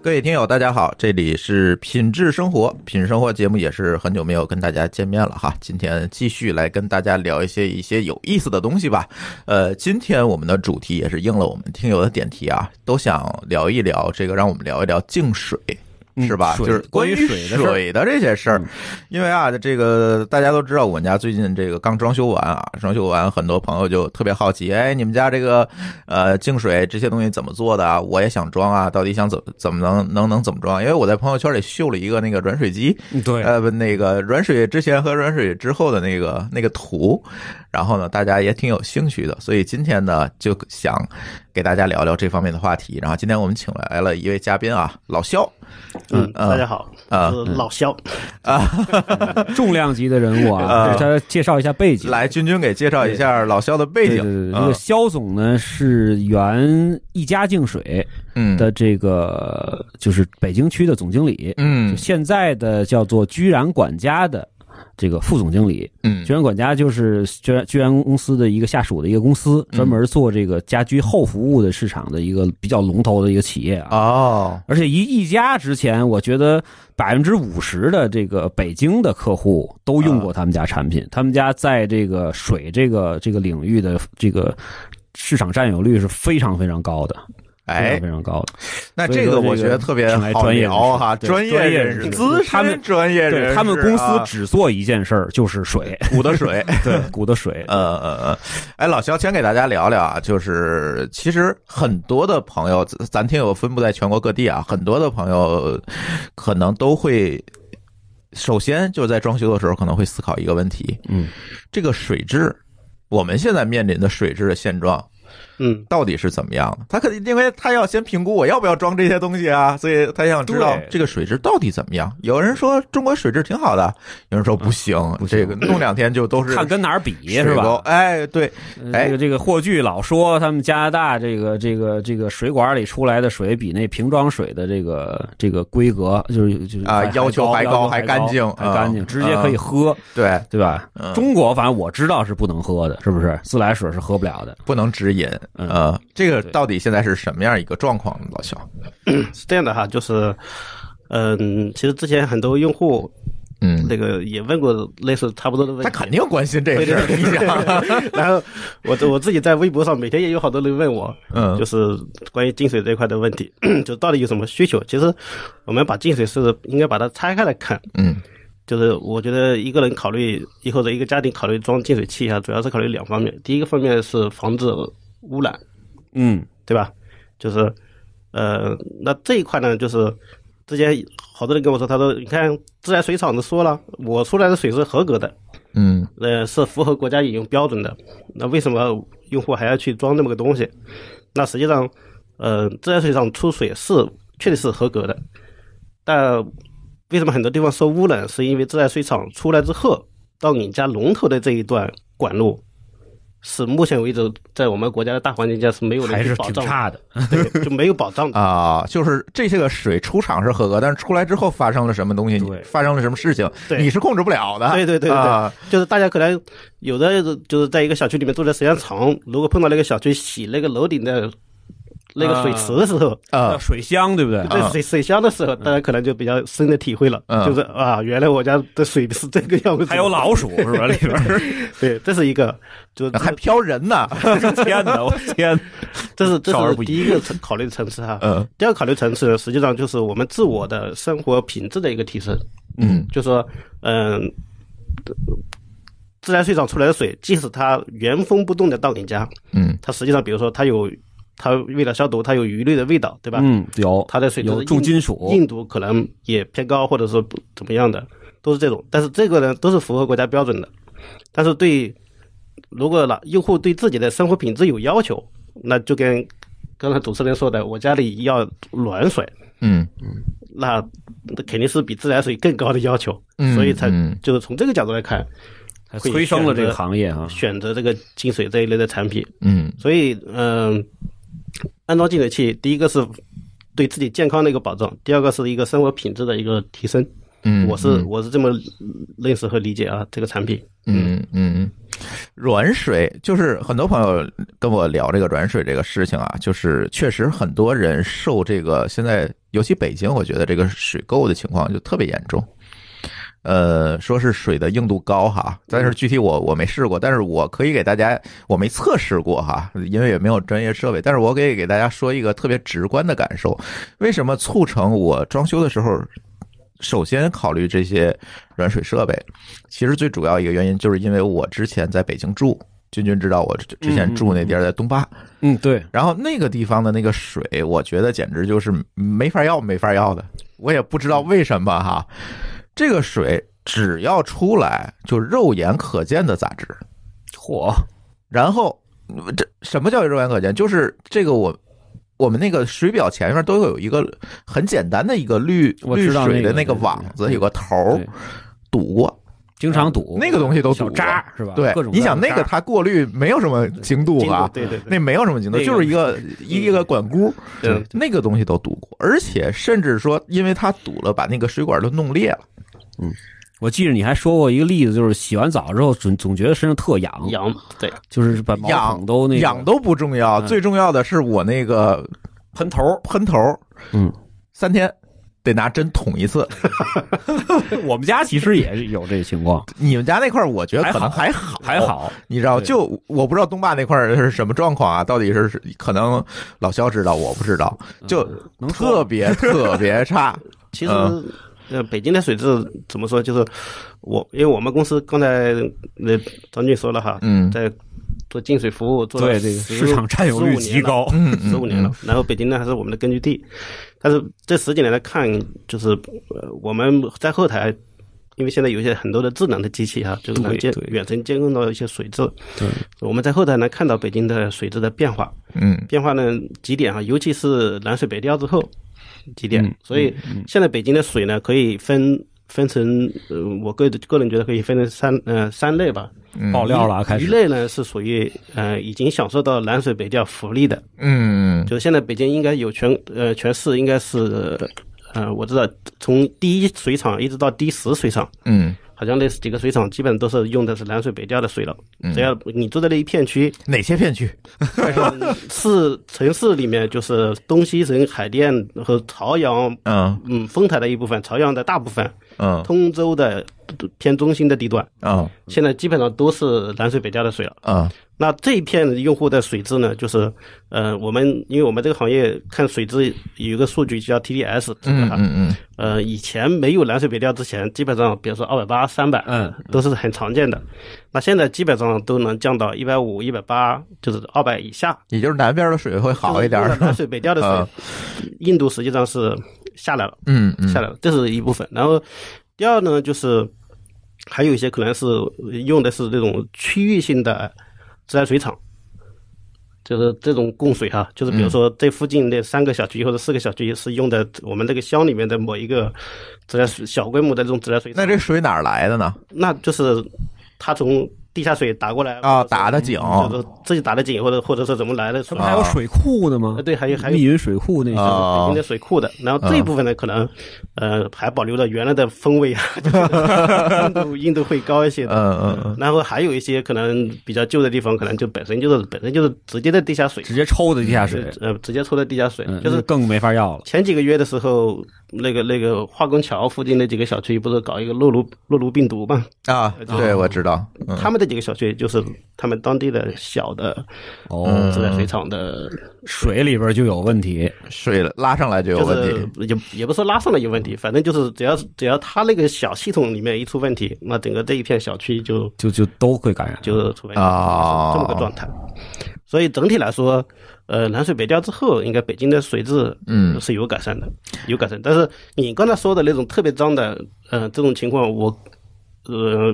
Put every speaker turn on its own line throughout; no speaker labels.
各位听友，大家好，这里是品质生活，品生活节目也是很久没有跟大家见面了哈，今天继续来跟大家聊一些一些有意思的东西吧。呃，今天我们的主题也是应了我们听友的点题啊，都想聊一聊这个，让我们聊一聊净水。
嗯
是吧？
水
就是关于
关于水的事儿
水的这些事儿，因为啊，这个大家都知道，我们家最近这个刚装修完啊，装修完，很多朋友就特别好奇，哎，你们家这个呃净水这些东西怎么做的啊？我也想装啊，到底想怎怎么能能能怎么装？因为我在朋友圈里秀了一个那个软水机，
对，
呃，不，那个软水之前和软水之后的那个那个图，然后呢，大家也挺有兴趣的，所以今天呢，就想给大家聊聊这方面的话题。然后今天我们请来了一位嘉宾啊，老肖
嗯，
嗯
大家好，
啊
我是老肖，
重量级的人物啊，
呃
给大家介绍一下背景。
来，君君给介绍一下老肖的背
对对
景。嗯
对，这个肖总呢是原一家净水
嗯
的这个就是北京区的总经理，就
嗯
现在的叫做居然管家的这个副总经理。
嗯
居然管家就是居然居然公司的一个下属的一个公司，
嗯
专门做这个家居后服务的市场的一个比较龙头的一个企业啊。
哦
而且一一家之前，我觉得百分之五十的这个北京的客户都用过他们家产品，
啊
他们家在这个水这个这个领域的这个市场占有率是非常非常高的，非
哎
常，非常高的。
那
所以
这
说
个
这
我
个
觉得特别
请来
好
专业人
聊
士
哈，
对
专业
专业
人
人
士、
士
资
他们
深专业人
对
士，
他们公司
啊
只做一件事儿，就是水，
鼓的水，
对， 鼓的 水。
呃呃呃，哎，老肖，先给大家聊聊啊，就是其实很多的朋友，咱咱听友分布在全国各地啊，很多的朋友可能都会，首先就是在装修的时候可能会思考一个问题，
嗯，
这个水质，我们现在面临的水质的现状
嗯，
到底是怎么样的？他肯定因为他要先评估我要不要装这些东西啊，所以他想知道
对
这个水质到底怎么样。有人说中国水质挺好的，有人说
啊
不行，这个
嗯
弄两天就都是
看跟哪儿比是
水沟
吧？
哎，对。
呃
哎
这个这个霍炬老说他们加拿大这个这个这个水管里出来的水比那瓶装水的这个这个规格就是就是
啊
还
要求还
还
高
高
还
还
干净
还干净，
嗯
直接可以喝，
对，
对吧
嗯？
中国反正我知道是不能喝的，是不是？自来水是喝不了的。
不能直饮。
嗯
呃，这个
对
到底现在是什么样一个状况呢？老肖，
是这样的哈，就是，嗯，其实之前很多用户
嗯，
那个也问过类似差不多的问
他
题，
肯定关心这个事儿。你想，
然后我我自己在微博上每天也有好多人问我，
嗯
就是关于净水这一块的问题， 就到底有什么需求？其实我们把净水是应该把它拆开来看，
嗯
就是我觉得一个人考虑，以后的一个家庭考虑装净水器啊，主要是考虑两方面，第一个方面是防止污染。
嗯，
对吧？就是，呃，那这一块呢，就是之前好多人跟我说，他说你看自来水厂都说了，我出来的水是合格的，
嗯
呃，是符合国家饮用标准的，那为什么用户还要去装那么个东西？那实际上，呃，自来水厂出水是确实是合格的，但为什么很多地方受污染？是因为自来水厂出来之后，到你家龙头的这一段管路。是目前为止，在我们国家的大环境下是没有
还
人去
是
保
挺
障的
差的。
对，就没有保障的。
啊，就是这些个水出厂是合格，但是出来之后发生了什么东西，
对
发生了什么事情，
对
你是控制不了的。
对对对对
啊
就是大家可能有的就是在一个小区里面住的时间长，如果碰到那个小区洗那个楼顶的那个水池的时候，
要
啊
水箱对不对？
对水水箱的时候，大家可能就比较深的体会了，
嗯
就是啊，原来我家的水是这个样子。
还有，老鼠是吧？里 边儿
对，这是一个，就是
还飘人呢。
天哪，我天！
这是这
少儿
是
不宜
第一个层考虑的层次哈。
嗯
第二个考虑层次，实际上就是我们自我的生活品质的一个提升。
嗯
就说，嗯、自来水厂出来的水，即使它原封不动的到你家，
嗯
它实际上，比如说它有，它为了消毒，它有鱼类的味道，对吧？
嗯，有
它的水质
有重金属，
硬度可能也偏高，或者说不怎么样的，都是这种。但是这个呢，都是符合国家标准的。但是对，如果拿用户对自己的生活品质有要求，那就跟刚才主持人说的，我家里要软水，
嗯
那肯定是比自来水更高的要求，
嗯，
所以才
嗯
就是从这个角度来看，
还催生了这个行业啊。
选择这个净水这一类的产品。
嗯
所以，嗯、安装净水器，第一个是对自己健康的一个保障，第二个是一个生活品质的一个提升。
嗯，
我是我是这么认识和理解啊这个产品。
嗯嗯嗯，软水就是很多朋友跟我聊这个软水这个事情啊，就是确实很多人受这个现在，尤其北京，我觉得这个水垢的情况就特别严重。呃，说是水的硬度高哈，但是具体我我没试过，但是我可以给大家，我没测试过哈，因为也没有专业设备，但是我可以给大家说一个特别直观的感受，为什么促成我装修的时候，首先考虑这些软水设备，其实最主要一个原因就是因为我之前在北京住，君君知道我之之前住那地儿在东坝，
嗯，对，
然后那个地方的那个水，我觉得简直就是没法要，没法要的。我也不知道为什么哈，这个水只要出来就肉眼可见的杂质。
嚯，
然后嗯这什么叫肉眼可见？就是这个我我们那个水表前面都有一个很简单的一个滤
我
滤
知道
水的
那
那
个
个
对
网子，
对
有个头儿
对
堵过。
经常堵
嗯那个东西都堵
小
过
渣是吧？
对
各种，
你想
各
那
样
个
的渣
它过滤没有什么精度
精
啊
度，对对对
那没有什么精度，
那个
就是一个一个管箍。
嗯，
那个东西都堵过，而且甚至说，因为它堵了，把那个水管都弄裂了。
我记得你还说过一个例子，就是洗完澡之后总总觉得身上特痒，
羊对，
就是把毛
痒
孔都那个
痒都不重要，
嗯
最重要的是我那个喷头，喷头，
嗯，
三天得拿针捅一次。
我们家其实也是有这情况，
你们家那块儿，我觉得可能还好，
还，好，
你知道，
对
就我不知道东坝那块儿是什么状况啊？到底是可能老肖知道，我不知道，就
嗯能说
特别特别差。
其实
嗯。
呃，北京的水质怎么说？就是我，因为我们公司刚才呃张俊说了哈，
嗯
在做净水服务，做
对
了
这个
10
市场占有率极，高，
嗯
十五
嗯
年了。然后北京呢还是我们的根据地，但是这十几年来看，就是呃我们在后台，因为现在有一些很多的智能的机器哈、就是能
对
监
对
远程监控到一些水质，
对，
我们在后台能看到北京的水质的变化。
嗯
变化呢几点哈、尤其是南水北调之后几点，
嗯
所以现在北京的水呢可以分分成，呃，我个个人觉得可以分成三呃三类吧。
爆料了啊，开
一
始
类呢是属于呃已经享受到南水北调福利的，
嗯
就是现在北京应该有全呃全市应该是呃我知道从第一水厂一直到第十水厂，
嗯，
好像那几个水厂基本都是用的是南水北调的水了。只要你住在那一片区，
哪些片区？
呃是城市里面就是东西城、海淀和朝阳，
嗯
嗯，丰台的一部分，朝阳的大部分，
嗯
通州的偏中心的地段，
嗯
现在基本上都是南水北调的水了。
嗯
那这一片用户的水质呢，就是呃，我们因为我们这个行业看水质有一个数据叫 TDS，这个
嗯
哈
嗯
呃，以前没有南水北调之前，基本上比如说二百八、三百，
嗯，
都是很常见的。那现在基本上都能降到一百五、一百八，就是二百以下。
也就是南边的水会好一点儿
就是，南水北调的
啊
水，印度实际上是下来了，
嗯嗯
下来了，这是一部分。然后第二呢，就是还有一些可能是用的是这种区域性的自来水厂。就是这种供水哈，就是
嗯
比如说这附近那三个小区或者四个小区是用的我们这个乡里面的某一个自来水小规模的这种自来水厂
那这水哪儿来的呢？
那就是他从地下水打过来
啊，
或者是
打的哦井
就是自己打的井，或者或者是怎么来的水
他们还有水库呢吗
呃？对，还有还有
密云水库那些，
啊
北京的水库的，然后这一部分呢，可能呃还保留了原来的风味啊， 就是硬度硬度会高一些的。
嗯嗯嗯，
然后还有一些可能比较旧的地方，可能就本身就是本身就是直接的地下水，
直接抽的地下水，
呃，直接抽的地下水，
嗯，
就
那
是
更没法要了。
前几个月的时候，那个那个化工桥附近那几个小区不是搞一个诺如诺如病毒嘛？
啊，对，我知道，嗯
他们这几个小区就是他们当地的小的
哦，
自来水厂的，
水里边就有问题，
水了拉上来就有
就
问
是
题，
也也不是拉上来有问题，反正就是只要只要他那个小系统里面一出问题，那整个这一片小区就
就就都会感染。
就出问题，
哦
是这么个状态。所以整体来说，呃，南水北调之后，应该北京的水质
嗯
是有改善的，有改善。但是你刚才说的那种特别脏的，呃，这种情况，我，呃，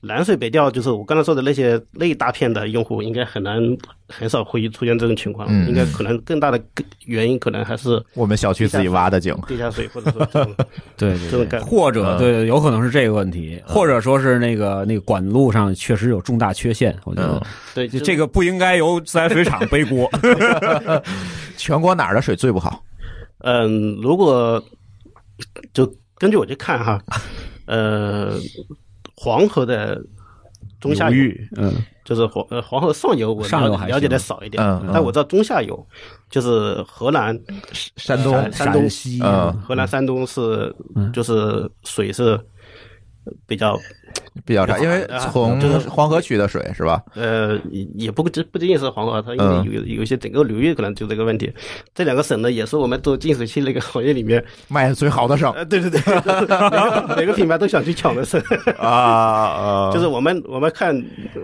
南水北调，就是我刚才说的那些那一大片的用户，应该很难很少会出现这种情况。
嗯
应该可能更大的更原因，可能还是
我们小区自己挖的井，
地下水，或者说这 种
对
这
对
种
对，
感
或
嗯
者对，有可能是这个问题，或者说是那个那个管路上确实有重大缺陷，我觉得
嗯
对
就
就
这个不应该由自来水厂背 锅。
全国哪儿的水最不好？
嗯，如果就根据我去看哈，呃，黄河的中下
流
游
域，嗯
就是黄呃黄河上游，我
上游
了
还
解
行
了解的少一点，
嗯嗯
但我知道中下游就是河南、
山东
山山东
陕西啊
嗯
河南、山东是就是水是比较
比较差，因为从
啊就是
黄河取的水是吧？
呃，也也不只不仅仅是黄河，啊它因
嗯
为有有一些整个流域可能就这个问题。这两个省呢，也是我们做净水器那个行业里面，
卖的最好 的省
呃，对对对，每个每个品牌都想去抢的省。
啊啊，
就是我们我们看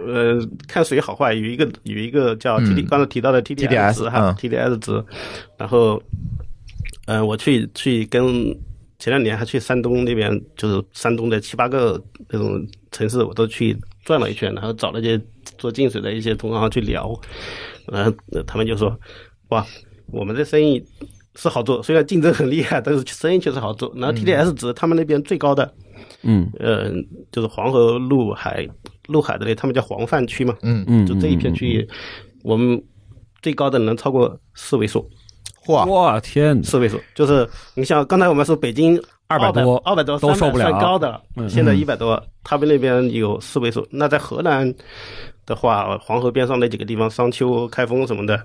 呃看水好坏，有一个有一个叫 T D、
嗯
刚才提到的 T D
TDS
值哈
嗯
T D S 值，然后呃我去去跟前两年还去山东那边，就是山东的七八个那种城市，我都去转了一圈，然后找了一些做净水的一些同行去聊，然后呃他们就说哇，我们这生意。是好做，虽然竞争很厉害，但是生意确实好做。然后 TDS 值，他们那边最高的，
嗯
呃，就是黄河陆海陆海的那，他们叫黄泛区嘛，
嗯，
嗯，
就这一片区域，我们最高的能超过四位数，
嗯，
嚯，
哇天，
四位数，就是你像刚才我们说北京
200
百
多
二百多
都受不了
300算高的，
嗯
现在一百多，他们那边有四位数。那在河南的话，黄河边上那几个地方，商丘、开封什么的，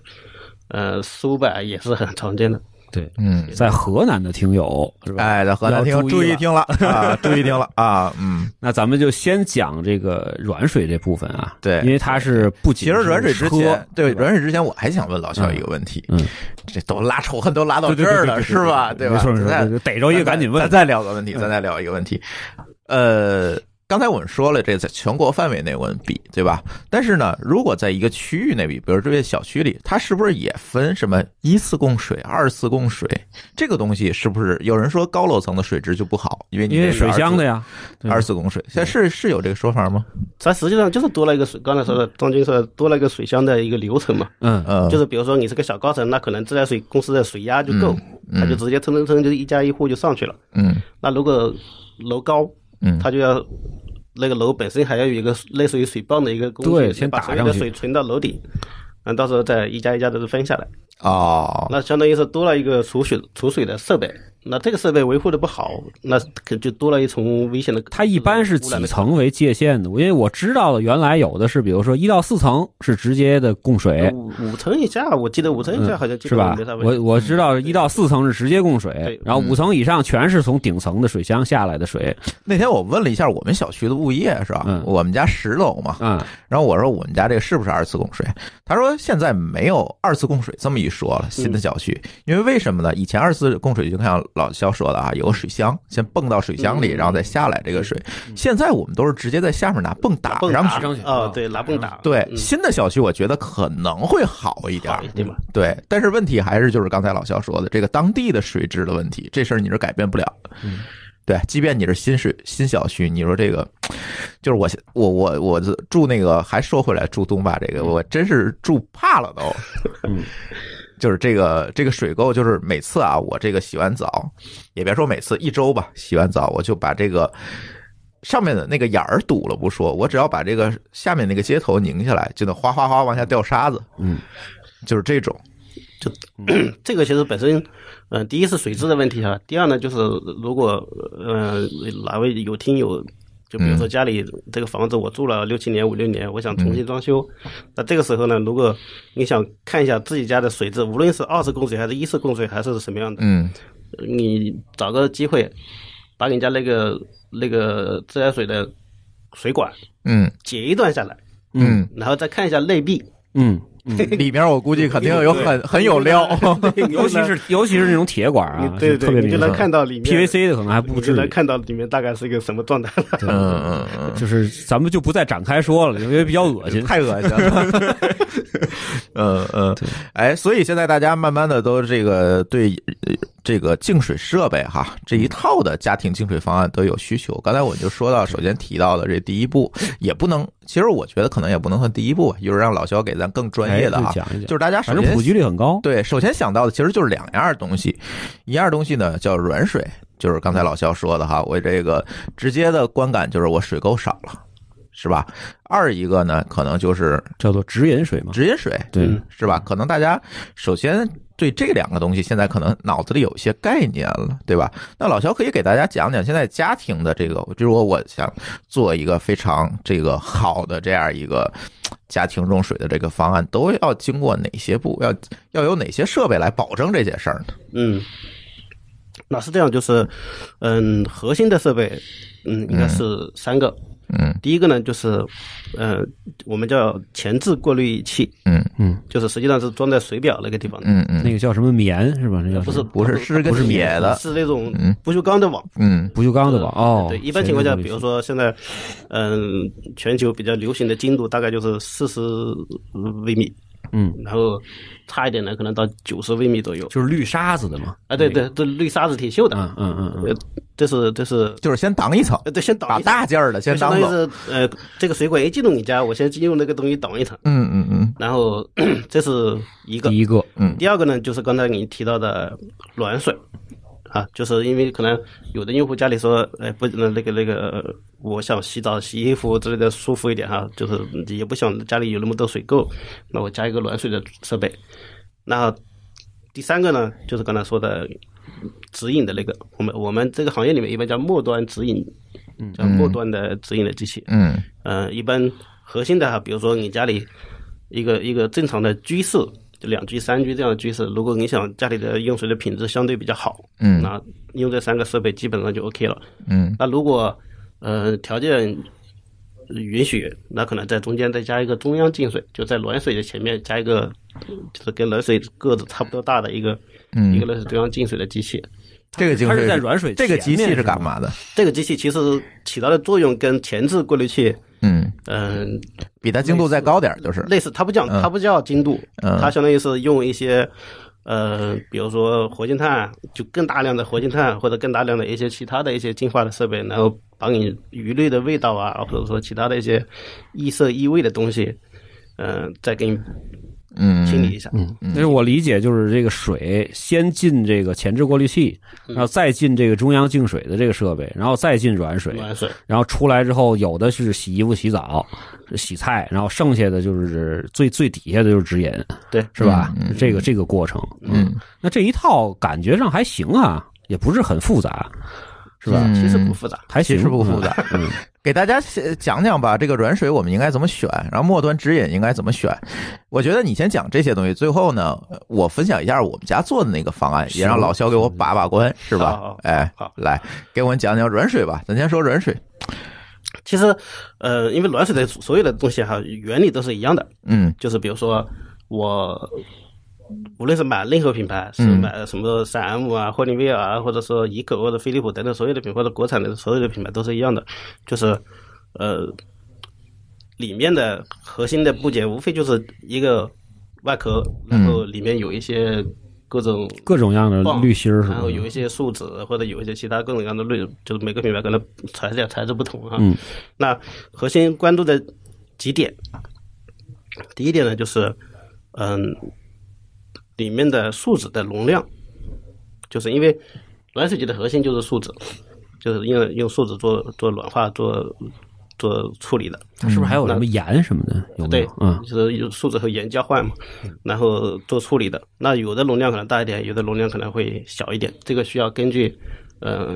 呃，四五百也是很常见的。
对，
嗯，
在河南的听友是吧？
哎，在河南听
要注
注
意了
意听了啊，注意听了啊，嗯，
那咱们就先讲这个软水这部分啊，
对
因为它是不仅
其实软水之前，对
软
软水之前，我还想问老肖一个问题，
嗯嗯，
这都拉仇恨都拉到这儿了，是吧？对吧？
没错没
咱再
错，就逮着一个赶紧问嗯
咱，再聊个问题，咱再聊一个问题。呃，刚才我们说了，这在全国范围内我们比，对吧？但是呢，如果在一个区域内比，比如这些小区里，它是不是也分什么一次供水、二次供水？这个东西是不是有人说高楼层的水质就不好，因为你
因为
这是
水箱的
呀，
呀，对吧
二次供水，现在是是有这个说法吗？
咱实际上就是多了一个水，刚才说的张军说的多了一个水箱的一个流程嘛。
嗯
嗯，
就是比如说你是个小高层，那可能自来水公司的水压就够，
嗯
它就直接蹭蹭蹭就一家一户就上去了。
嗯
那如果楼高，
嗯
它就要那个楼本身还要有一个类似于水泵的一个工
对
具，
先
把
打
所有
上
的
去
水存到楼底，嗯，到时候再一家一家的分下来。
哦，
那相当于是多了一个储水储水的设备。那这个设备维护的不好，那可就多了一层危险的。
它一般是
污
几
染的可能
层为界限的？因为我知道的，原来有的是，比如说一到四层是直接的供水，
五五层以下，我记得五层以下好像基
哎嗯是
本
吧
上没啥？问题。嗯
我我知道一到四层是直接供水
对，
然后五层以上全是从顶层的水箱下来的 水，
那天我问了一下我们小区的物业是吧？
嗯
我们家十楼嘛，
嗯，
然后我说我们家这个是不是二次供水？他说现在没有二次供水这么一说了，新的小区，因为为什么呢？以前二次供水就像老肖说的啊，有个水箱先泵到水箱里，
嗯
然后再下来这个水。嗯现在我们都是直接在下面拿泵打
泵
上
打
去。
上去
啊，对，拿泵打，
对
嗯
新的小区，我觉得可能会好一点儿
好一，点吧。
对，但是问题还是就是刚才老肖说的，这个当地的水质的问题，这事儿你是改变不了的。
嗯
对，即便你是新水新小区，你说这个，就是我现我我我住那个，还说回来住东坝这个，我真是住怕了都。
嗯，
就是这个这个水垢，就是每次啊，我这个洗完澡，也别说每次一周吧，洗完澡我就把这个上面的那个眼儿堵了不说，我只要把这个下面那个接头拧下来，就能哗哗哗往下掉沙子。
嗯，
就是这种。
这个其实本身，呃，第一是水质的问题啊，第二呢就是如果呃哪位有听友，就比如
嗯
说家里这个房子我住了六七年、五六年，我想重新装修，那这个时候呢，如果你想看一下自己家的水质，无论是二次供水还是一次供水还是什么样的，
嗯
你找个机会，把你家那个那个自来水的水管
嗯
截一段下来，
嗯，
然后再看一下内壁，
嗯，
里面我估计肯定有很很有 料。
尤其是尤其是那种铁管
你
啊，
对
是特
对，
别
你就
明
能
显
看到里面
PVC 的可能还不
你就
至
能
于，
看到里面大概是一个什么状态了。
对
嗯 嗯
就是咱们就不再展开说了，因为比较恶心
嗯，。太恶心了。 嗯嗯，哎，所以现在大家慢慢的都这个对呃这个净水设备哈这一套的家庭净水方案都有需求。刚才我就说到，首先提到的这第一步也不能，其实我觉得可能也不能算第一步吧，就是让老肖给咱更 专业的
哎
哈
就，讲一讲，
就是大家
反
首
正
先
普及率很高。
对，首先想到的其实就是两样东西，一样东西呢叫软水，就是刚才老肖说的哈，我这个直接的观感就是我水垢少了。是吧？二一个呢，可能就是
叫做直饮水嘛。
直饮水，
对，
嗯
是吧？可能大家首先对这两个东西现在可能脑子里有一些概念了，对吧？那老肖可以给大家讲讲现在家庭的这个，比如说我想做一个非常这个好的这样一个呃家庭用水的这个方案，都要经过哪些步？要要有哪些设备来保证这些事儿呢？
嗯，那是这样，就是，嗯，核心的设备，嗯，应该是三个。
嗯
第一个呢，就是，呃，我们叫前置过滤器，
嗯
就是实际上是装在水表那个地方的，
嗯嗯
那个叫什么棉是吧？那叫什么
不是
不是是个
不是
铁
棉
的
是那种
嗯
不锈钢的网。
嗯
不锈钢的吧？哦，
对，一般情况下，
谁知道
比如说现在，嗯，全球比较流行的精度大概就是四十微米，
嗯，
然后差一点的可能到九十微米左右。
就是绿沙子的嘛。
啊，
嗯
对对，这绿沙子挺锈的，
嗯嗯嗯嗯，
呃，这是这是，
就是先挡一层，
呃，对，先挡
把
一下
大件儿的
就
先
相
挡
当于
走。
是呃，这个水管一进入你家，我先用那个东西挡一层，
嗯嗯嗯
然后 这是一个
第。一个
第二个呢，就是刚才你提到的软水，啊，就是因为可能有的用户家里说，哎，不，那那个那个，呃我想洗澡、洗衣服之类的舒服一点哈、就是也不想家里有那么多水垢，那我加一个软水的设备。那第三个呢，就是刚才说的指引的那个，我们我们这个行业里面一般叫末端指引，叫末端的指引的机器。
嗯
呃，一般核心的哈，比如说你家里一个一个正常的居室，就两居、三居这样的居室，如果你想家里的用水的品质相对比较好，
嗯
那用这三个设备基本上就 OK 了。
嗯
那如果呃条件允许，那可能在中间再加一个中央净水，就在暖水的前面加一个，就是跟暖水个子差不多大的一个、一个
嗯，
类似中央净水的机器。
这个机器
它是在软水
这个机
前
器
面
是
是
干嘛的？
这个机器其实起到的作用跟前置过滤器，
嗯，
嗯、
比它精度再高点儿就是。
类似，它不讲，它不叫精度，
嗯
它相当于是用一些呃，比如说活性炭，就更大量的活性炭或者更大量的一些其他的一些净化的设备，然后把你鱼类的味道啊，或者说其他的一些异色异味的东西，嗯、再给你
嗯
清理一下。
但是我理解就是这个水先进这个前置过滤器，然后再进这个中央净水的这个设备，然后再进软水，
暖水，
然后出来之后，有的是洗衣服、洗澡、洗菜，然后剩下的就是最最底下的就是直饮，
对，
是吧？这个这个过程，嗯，那这一套感觉上还行啊，也不是很复杂，是吧？
其实不复杂。
还行，
其实不复杂
嗯，
给大家先讲讲吧，这个软水我们应该怎么选，然后末端指引应该怎么选。我觉得你先讲这些东西，最后呢，我分享一下我们家做的那个方案，也让老肖给我把把关，是吧
好？
哎
好，
来给我们讲讲软水吧，咱先说软水。
其实，呃，因为暖水的所有的东西哈，原理都是一样的，
嗯
就是比如说我。无论是买任何品牌，是
嗯
买什么三 M 啊、霍尼韦尔啊，或者说怡可或者飞利浦等等所有的品牌，或者国产的所有的品牌都是一样的，就是呃，里面的核心的部件无非就是一个外壳，然
嗯
后里面有一些各种
各种样的
棒
滤芯儿什
然后
么的，
有一些树脂或者有一些其他各种各样的类，就是每个品牌可能材料材质不同啊。
嗯，
那核心关注的几点，第一点呢就是，嗯，里面的树脂的容量，就是因为软水机的核心就是树脂，就是用用树脂做做软化做做处理的。
它是不是还有什么盐什么的？有没
对
有？，嗯，
就是有树脂和盐交换嘛，然后做处理的。那有的容量可能大一点，有的容量可能会小一点，这个需要根据，呃，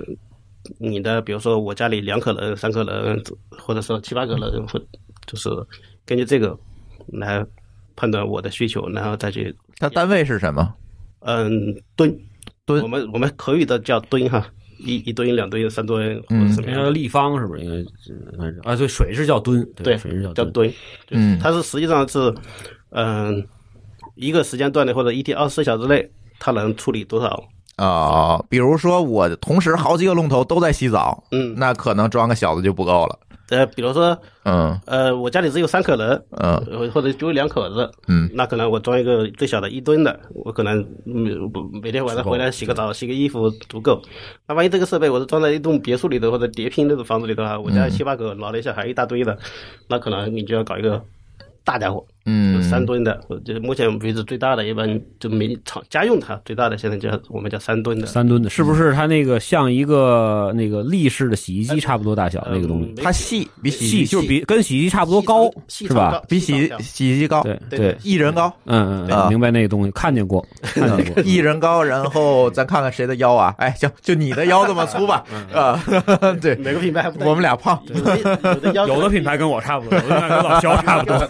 你的比如说我家里两口人、三口人，或者说七八个人，或就是根据这个来判断我的需求，然后再去，
它单位是什么？
嗯，吨
吨
我们我们口语的叫吨哈，一一吨、两吨、三吨或者什么样的。
立方是不是应该是？啊，对，水是叫吨，
对，
水是
叫
吨。
吨，
嗯
它是实际上是，嗯、一个时间段内或者一天二十四小时内，它能处理多少？
哦，比如说我同时好几个龙头都在洗澡，
嗯
那可能装个小的就不够了。
呃，比如说，
嗯
呃，我家里只有三口人，
嗯
呃或者只有两口子，
嗯，
那可能我装一个最小的一吨的，我可能每每天晚上回来洗个澡、洗个衣服足够。那万一这个设备我是装在一栋别墅里头或者叠拼那
嗯
种房子里头啊，我家七八个老年小孩一大堆的，那可能你就要搞一个大家伙，
嗯，
三吨的，就是目前为止最大的，一般就民厂家用它最大的，现在叫我们叫三吨的。
三吨的，是不是它那个像一个那个立式的洗衣机差不多大小
呃
那个东西？
没
它细比洗衣
细
机
就是比跟洗衣机差不多高，
细
是吧？
长
比洗
长
洗衣机高，
对
对
对，
一人高，
嗯嗯，
啊
嗯，明白那个东西，看见过，看见 过。
一人高，然后咱看看谁的腰啊？ 哎，行，就你的腰这么粗吧？啊， 对，
每个品牌还不太一
我们俩胖。
样有的有的要求
有的品牌跟我差不多，有的品牌跟老肖差不多。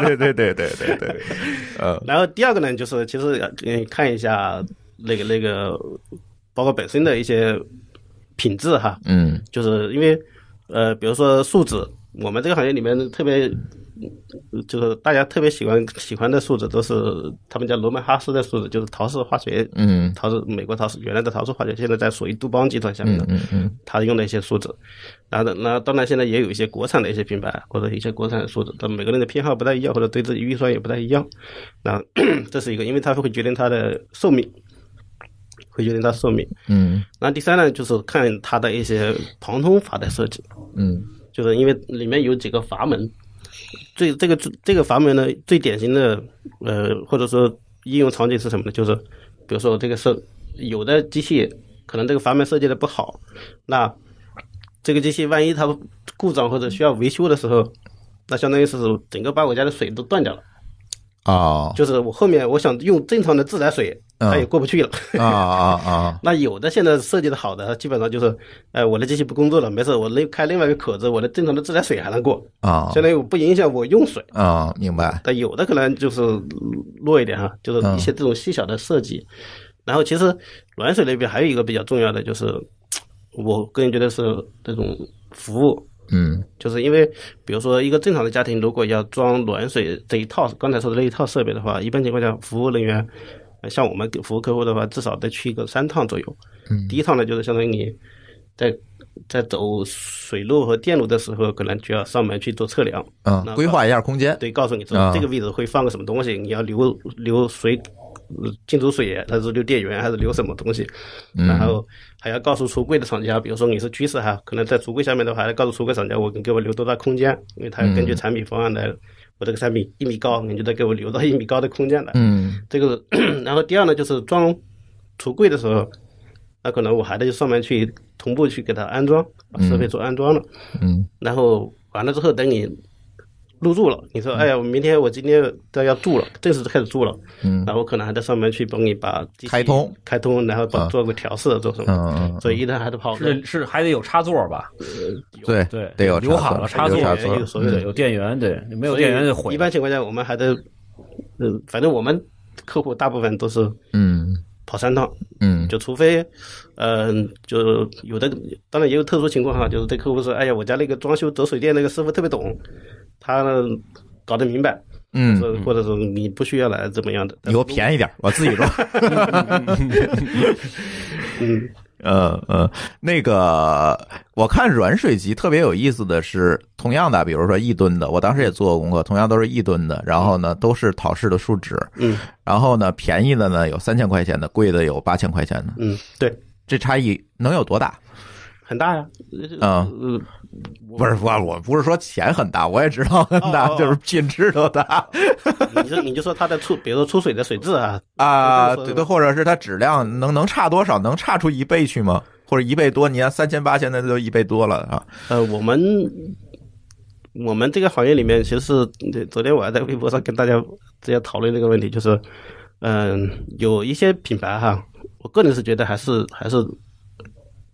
对对对对对对对，呃，
然后第二个呢，就是其实呃嗯，看一下那个那个，包括本身的一些品质哈，
嗯
就是因为呃，比如说树脂，我们这个行业里面特别。呃就是大家特别喜欢喜欢的树脂都是他们叫罗曼哈斯的树脂，就是陶氏化学，
嗯
陶氏美国陶氏原来的陶氏化学，现在在属于杜邦集团下面
嗯
的，
嗯嗯
它用的一些树脂。然后那当然现在也有一些国产的一些品牌或者一些国产的树脂，但每个人的偏好不太一样，或者对自己预算也不太一样。那 这是一个，因为它会决定它的寿命，会决定它寿命。
嗯
那第三呢，就是看它的一些旁通法的设计，
嗯
就是因为里面有几个阀门，最这个这个阀门呢，最典型的呃或者说应用场景是什么呢？就是比如说这个设有的机器可能这个阀门设计的不好，那这个机器万一它故障或者需要维修的时候，那相当于是整个把我家的水都断掉了，
哦
就是我后面我想用正常的自来水，它也
嗯
过不去了。
啊啊啊，
那有的现在设计的好的，它基本上就是，哎，我的机器不工作了，没事，我另开另外一个口子，我的正常的自来水还能过，
啊
相当于我不影响我用水。
啊，明白，
但有的可能就是弱一点哈，就是
啊
一些这种细小的设计。然后其实软水类别还有一个比较重要的就是，我个人觉得是这种服务，
嗯
就是因为比如说一个正常的家庭如果要装暖水这一套刚才说的那一套设备的话，一般情况下服务人员呃像我们给服务客户的话，至少得去个三趟左右。
嗯
第一趟呢，就是相当于你在在走水路和电路的时候，可能就要上门去做测量，
嗯，规划一下空间，
对，告诉你这
啊
这个位置会放个什么东西，你要留留水。呃进出水还是留电源，还是留什么东西？然后还要告诉橱柜的厂家，比如说你是居室哈，可能在橱柜下面的话，还要告诉橱柜厂家，我你给我留多大空间，因为他要根据产品方案来，我这个产品一米高，你就得给我留到一米高的空间来。
嗯
这个 是，然后第二呢，就是装橱柜的时候，那可能我还得上面去同步去给它安装，把设备做安装了，
嗯
然后完了之后，等你入住了，你说，哎呀，我明天我今天都要住了，正式开始住了，
嗯
然后我可能还在上面去帮你把机器
开通
开通，然后把
啊
做个调试，做什么，
嗯嗯，
所以一旦还得跑的
是是，还得有插座吧？
对
对，
得有
留好了
插
插
座，
座，
有
插
座
座，所谓
对，
的
有电源，对，没有
所以
电源就毁
一
了。
般情况下，我们还得，嗯，反正我们客户大部分都是
嗯
跑三趟，
嗯
就除非，嗯、就有的，当然也有特殊情况哈，就是这客户说，哎呀，我家那个装修走水电那个师傅特别懂，他搞得明白，
嗯，
说或者说你不需要来怎么样的，
你给我便宜点，我自己装。
嗯，
嗯嗯，那个我看软水机特别有意思的是，同样的，比如说一吨的，我当时也做过功课，同样都是一吨的，然后呢都是陶氏的树脂，
嗯，
然后呢便宜的呢有三千块钱的，贵的有八千块钱的，
嗯，对，
这差异能有多大？
很大呀、
啊
呃
不是我我不是说钱很大，我也知道很大，
哦哦哦
就是品质都大
嗯你就你就说它的出，比如说出水的水质啊，
啊，
就是
对对，或者是它质量能能差多少？能差出一倍去吗？或者一倍多？你看三千八现在都一倍多了啊，
呃，我们我们这个行业里面，其实是对昨天我还在微博上跟大家直接讨论这个问题，就是，嗯、有一些品牌哈，我个人是觉得还是还是，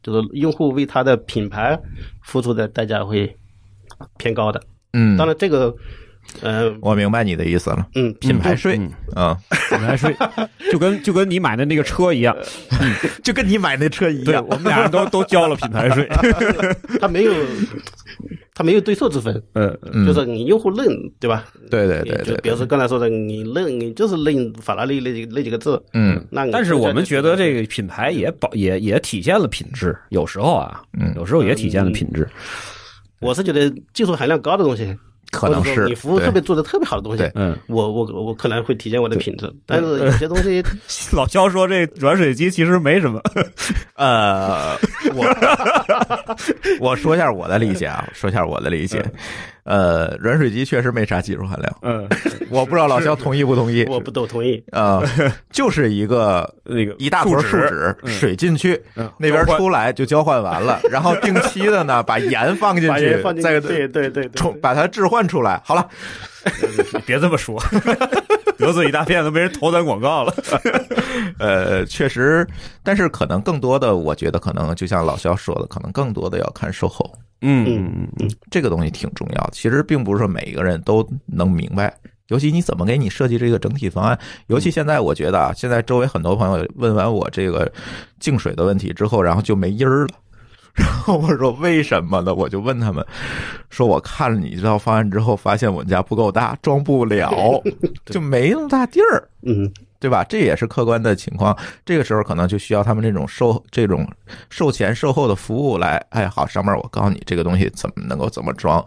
就是用户为他的品牌付出的代价会偏高的。
嗯，
当然，这个，呃，
我明白你的意思了，
嗯，
品牌税，
嗯
嗯
我们来说，就跟就跟你买的那个车一样，
就跟你买那车一
对
样
我。们俩人都都交了品牌税。
它没有它没有对错之分，
嗯，
嗯
就是你用户认对吧？
对对对
就
对，
比如说刚才说的，你认你就是认法拉利那几那几个字，
嗯
那你
但是
售价
我们
就
觉
定
得
了
这个品牌也保也也体现了品质，有时候啊，
嗯
有时候也体现了品质。
我是觉得技术含量高的东西，
可能
或者说
是
你服务特别做的特别好的东西
对，
嗯，
我我我可能会体现我的品质，但是有些东西
老肖说这软水机其实没什么，
呃，我我说一下我的理解啊，说一下我的理解。
嗯
呃，软水机确实没啥技术含量，
嗯，
我不知道老肖同意不同意
我不都同意。
啊、就是一个
那个
一大坨树脂，
嗯
水进去，
嗯
那边
交换
出来就交换完了，然后定期的呢，把盐放进
把
去
人放，进
再
去，对对对对，
重把它置换出来。好了，
别这么说，得罪一大片都没人投咱广告了。
呃，确实，但是可能更多的，我觉得可能就像老肖说的，可能更多的要看售后，
嗯
这个东西挺重要的。其实并不是说每一个人都能明白。尤其你怎么给你设计这个整体方案？尤其现在，我觉得啊，现在周围很多朋友问完我这个净水的问题之后，然后就没音儿了。 然后我说为什么呢？我就问他们，说我看了你这套方案之后，发现我们家不够大，装不了，就没那么大地儿。
嗯，
对吧？这也是客观的情况。这个时候可能就需要他们这种售这种售前售后的服务来，哎，好，上面我告诉你这个东西怎么能够怎么装，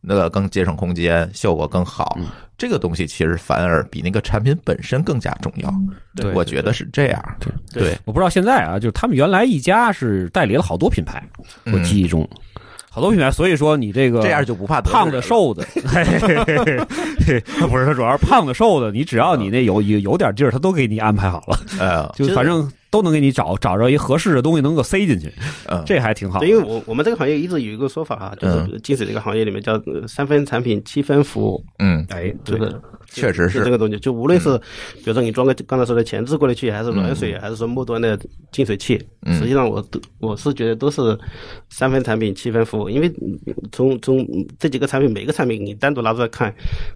那个更节省空间，效果更好。这个东西其实反而比那个产品本身更加重要。
对
我觉得是这样。
对
对，
我不知道现在啊，就是他们原来一家是代理了好多品牌，我
嗯
记忆中好多品牌，所以说你这个
这样就不怕得罪
胖
人
的、
了。
瘦的， 不是，他主要是胖的、瘦的，你只要你那有有有点劲儿，他都给你安排好了，
呃
就反正都能给你找找着一合适的东西能够塞进去，
嗯，
这还挺好
对，。因为我我们这个行业一直有一个说法啊，就是净水这个行业里面叫呃三分产品七分服务，
嗯，
哎，
就
对
是
确实
就是这个东西，就无论是比如说你装个刚才说的前置过滤器，还是软水，还是说末端的净水器，
嗯
实际上我都我是觉得都是三分产品七分服务，因为从从这几个产品每个产品你单独拿出来看，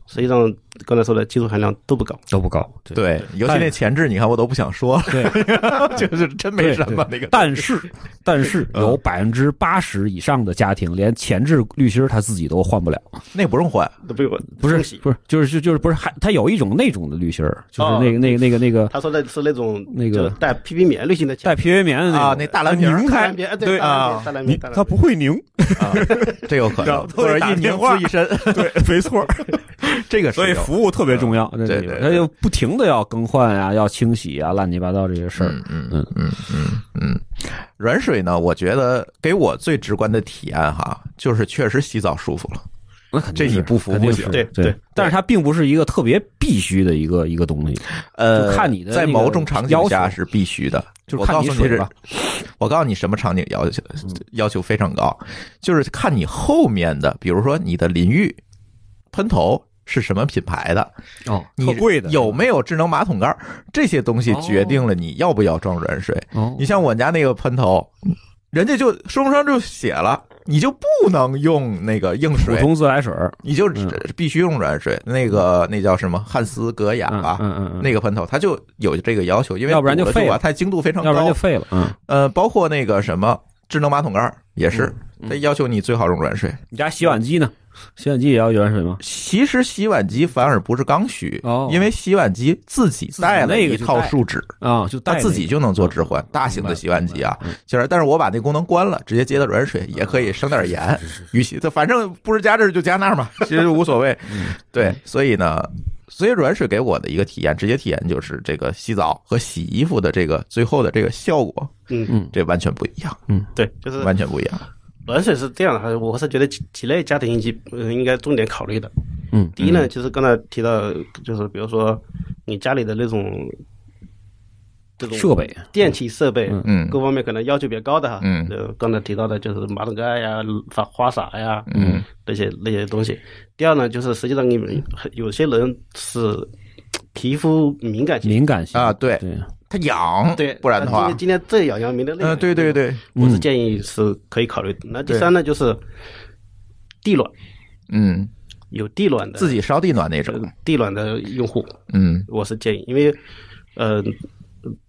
实际上刚才说的技术含量都不高。
都不高，对
对，尤其那前置，你看我都不想说了， 就是真没
对
什么那
对
个。
但是，但是
嗯
有百分之八十以上的家庭连前置滤芯儿他自己都换不了，
那不用换，
都被我
不是
冲洗
不是就是就就是不是还他有一种那种的滤芯儿，就是
哦
那个那个那个那个
他说的是那种
那个
就带 PP 棉滤芯的
带 PVA 棉的
啊
种哎
那大蓝瓶儿
拧
大
开
蓝，棉，
对
对
啊
大蓝
你
瓶，大蓝
他
瓶
不会 拧，
啊，这有可能，
都
或
得
者
打
一拧
电话
滋一身，
对，没错。
这个是
所以
有
服务特别重要。
嗯对
对
对
他就不停的要更换啊，要清洗啊，乱七八糟这些事儿。
嗯嗯
嗯
嗯嗯嗯，软水呢，我觉得给我最直观的体验哈，就是确实洗澡舒服了。
那肯定
这你
是
不服
肯定
不行
是
对
对
对，
但是它并不是一个特别必须的一个一个东西，
呃，
就看你的
在
那个
某种场景下
要求
是必须的。
就是
我
看
告
你
诉你嗯
水
是
吧，，
我告诉你什么场景要求要求非常高，就是看你后面的，比如说你的淋浴喷头是什么品牌的，
哦
你
特贵的
有没有智能马桶盖儿，这些东西决定了你要不要装软水。
哦
你像我家那个喷头，人家就说明书上就写了，你就不能用那个硬
普
水，
通自来水儿
你就
嗯
必须用软水。那个那叫什么汉斯格雅
嗯
吧，
嗯嗯，嗯
那个喷头它就有这个要求，因为
要不然就
堵了就
废了
完它精度非常
要不然
高
就。废了，嗯，
呃，包括那个什么智能马桶盖儿也是，
嗯
它要求你最好用软水。
你家洗碗机呢？洗碗机也要软水吗？
其实洗碗机反而不是刚需
哦，
因为洗碗机自己
己
带了
那个
一
就
套
带
树脂，
啊，就带
它
那
自己
个
就能做置换，大型的洗碗机啊，其实，但是我把那功能关了，直接接到软水也可以省点盐，与其它反正不是加这儿就加那儿嘛，其实无所谓。对，所以呢，所以软水给我的一个体验，直接体验就是这个洗澡和洗衣服的这个最后的这个效果，
嗯，
嗯
这完全不一样，
对，就是
完全不一样。
软水是这样的，我是觉得几几类家庭应呃应该重点考虑的。
嗯
第一呢，就是刚才提到，就是比如说你家里的那种这种
设备，
电器设备，
嗯
嗯
各方面可能要求比较高的哈。
嗯
呃，刚才提到的就是马桶盖呀、花花洒呀，
嗯，
那些那些东西。第二呢，就是实际上你们有些人是皮肤敏感性，
敏感性
啊对
对，
它痒，
对，
不然的
今
话
天，今天这痒痒，明天那
嗯，
痒
对对对，
我是
嗯
建议是可以考虑的。那第
对
三呢，就是地暖，
嗯，
有地暖的
自己烧地暖那种
呃，地暖的用户，
嗯
我是建议，因为呃，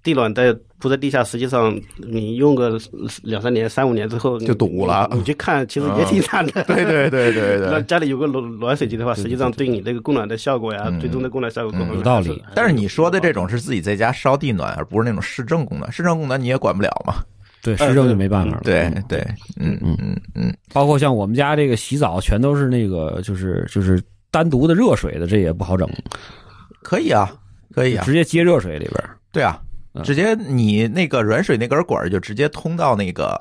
地暖在铺在地下，实际上你用个两三年、三五年之后
就堵了啊
你你去看，其实也挺惨的。
对对对对
那
对。
家里有个暖暖水机的话，实际上对你这个供暖的效果呀，
嗯
最终的供暖效果各方面
有道
还是
理。
但是你说的这种是自己在家烧地暖，而不是那种市政供暖。市政供暖你也管不了嘛。
对，施政就没办法了，
对对，嗯嗯嗯嗯，
包括像我们家这个洗澡，全都是那个，就是就是单独的热水的，这也不好整，
可以啊，可以啊
直，接接热水里边儿。
对啊，
嗯
直接你那个软水那根管儿就直接通到那个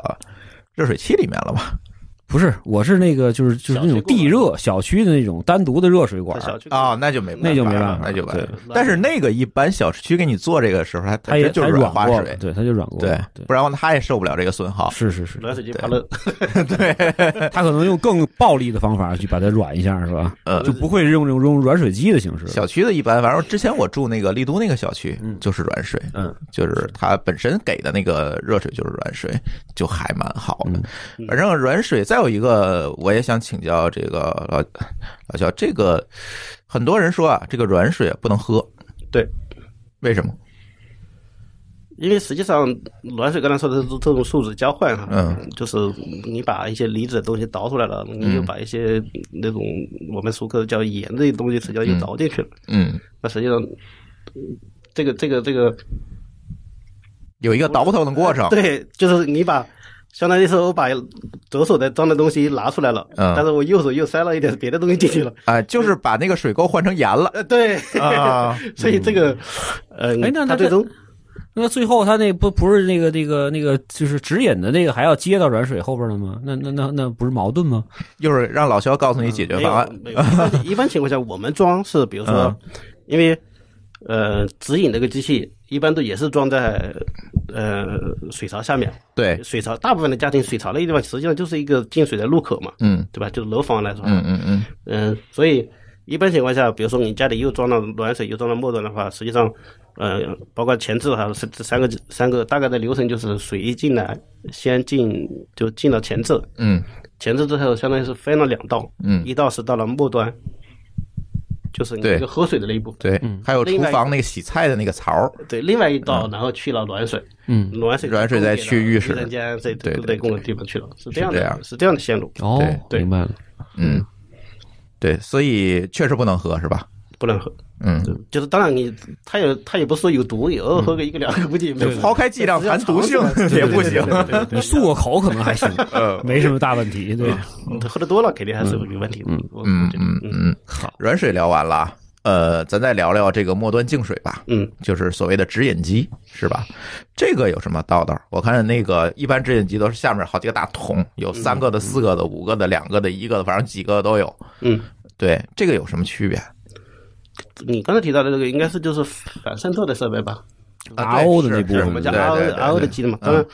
热水器里面了嘛，
不是，我是那个就是就是那种地热小区的那种单独的热水管
在，小区
啊，那就没办法
那就没
办
办法
那就办
对
但是那个一般小区给你做这个时候，它它
它也
就
它
是
软
化
过
水
了，对，它就软过
对
了，对，
不然它也受不了这个损耗。
是是是，
暖水机怕冷，
他可能用更暴力的方法去把它软一下，是吧？
呃
就不会用这种用软水机的形式。
小区的一般，反正之前我住那个丽都那个小区，
嗯
就是软水，
嗯，
就是它本身给的那个热水就是软水，就还蛮好的。
嗯
反正软水再有一个，我也想请教这个老老肖，这个很多人说啊，这个软水不能喝，
对，
为什么？
因为实际上暖水刚才说的是这种树脂交换哈，
嗯，
就是你把一些离子的东西倒出来了，你又把一些那种我们俗客叫盐的东西，实际上又倒进去了。
嗯，
那实际上，这个这个这个
有一个倒腾的过程，
对，就是你把。相当于是我把左手的装的东西拿出来了，
嗯
但是我右手又塞了一点别的东西进去了。
啊、就是把那个水沟换成盐了
呃，对，
啊。
所以这个，
嗯
呃，
哎那那
它
这
最终
那最后他那不不是那个那个那个就是指引的那个还要接到软水后边的吗？那那那那不是矛盾吗？
又是让老肖告诉你解决
没
方
有
案。
没有，一般情况下我们装是比如说
嗯，
因为呃指引这个机器一般都也是装在呃水槽下面，
对，
水槽大部分的家庭水槽那个地方实际上就是一个进水的入口嘛，
嗯
对吧？就是楼房来说，
嗯嗯嗯，
嗯，所以一般情况下，比如说你家里又装了暖水，又装了末端的话，实际上，呃，包括前置还有这这三个三个大概的流程就是水一进来，先进就进了前置，
嗯
前置之后相当于是分了两道，
嗯
一道是到了末端，就是你
对
那个喝水的那一部分，
对，还有厨
另外一
房那个洗菜的那个槽儿，
对，嗯另外一道然后去了暖水，
嗯，
暖水
暖嗯水再去浴
浴
室
间这
对
都
对
得供的地方去了，是这样
这样
的，是这样的线路，
哦
对，
对
明白了。
嗯，对，所以确实不能喝，是吧？
不能喝。
嗯，
就是当然你，它也它也不是说有毒，有偶尔喝个一个两个估计也没有。
抛开剂量谈毒性也不行。
你漱个口可能还行，没什么大问题。对，
喝的多了肯定还是有问题的。我
嗯
我觉得
嗯嗯，
好，
软水聊完了啊，呃，咱再聊聊这个末端净水吧，
嗯，
就是所谓的直饮机，是吧？这个有什么道道？我看那个一般直饮机都是下面好几个大桶，有三个的、四个的、五个的、两个的、一个的，反正几个都有。
嗯，
对，这个有什么区别？
你刚才提到的这个应该是就是反渗透的设备吧？
啊对
RO 的
是
那部分
是
我们叫
对
R
对
O
对
R O 的
对
机子嘛。
嗯
当然，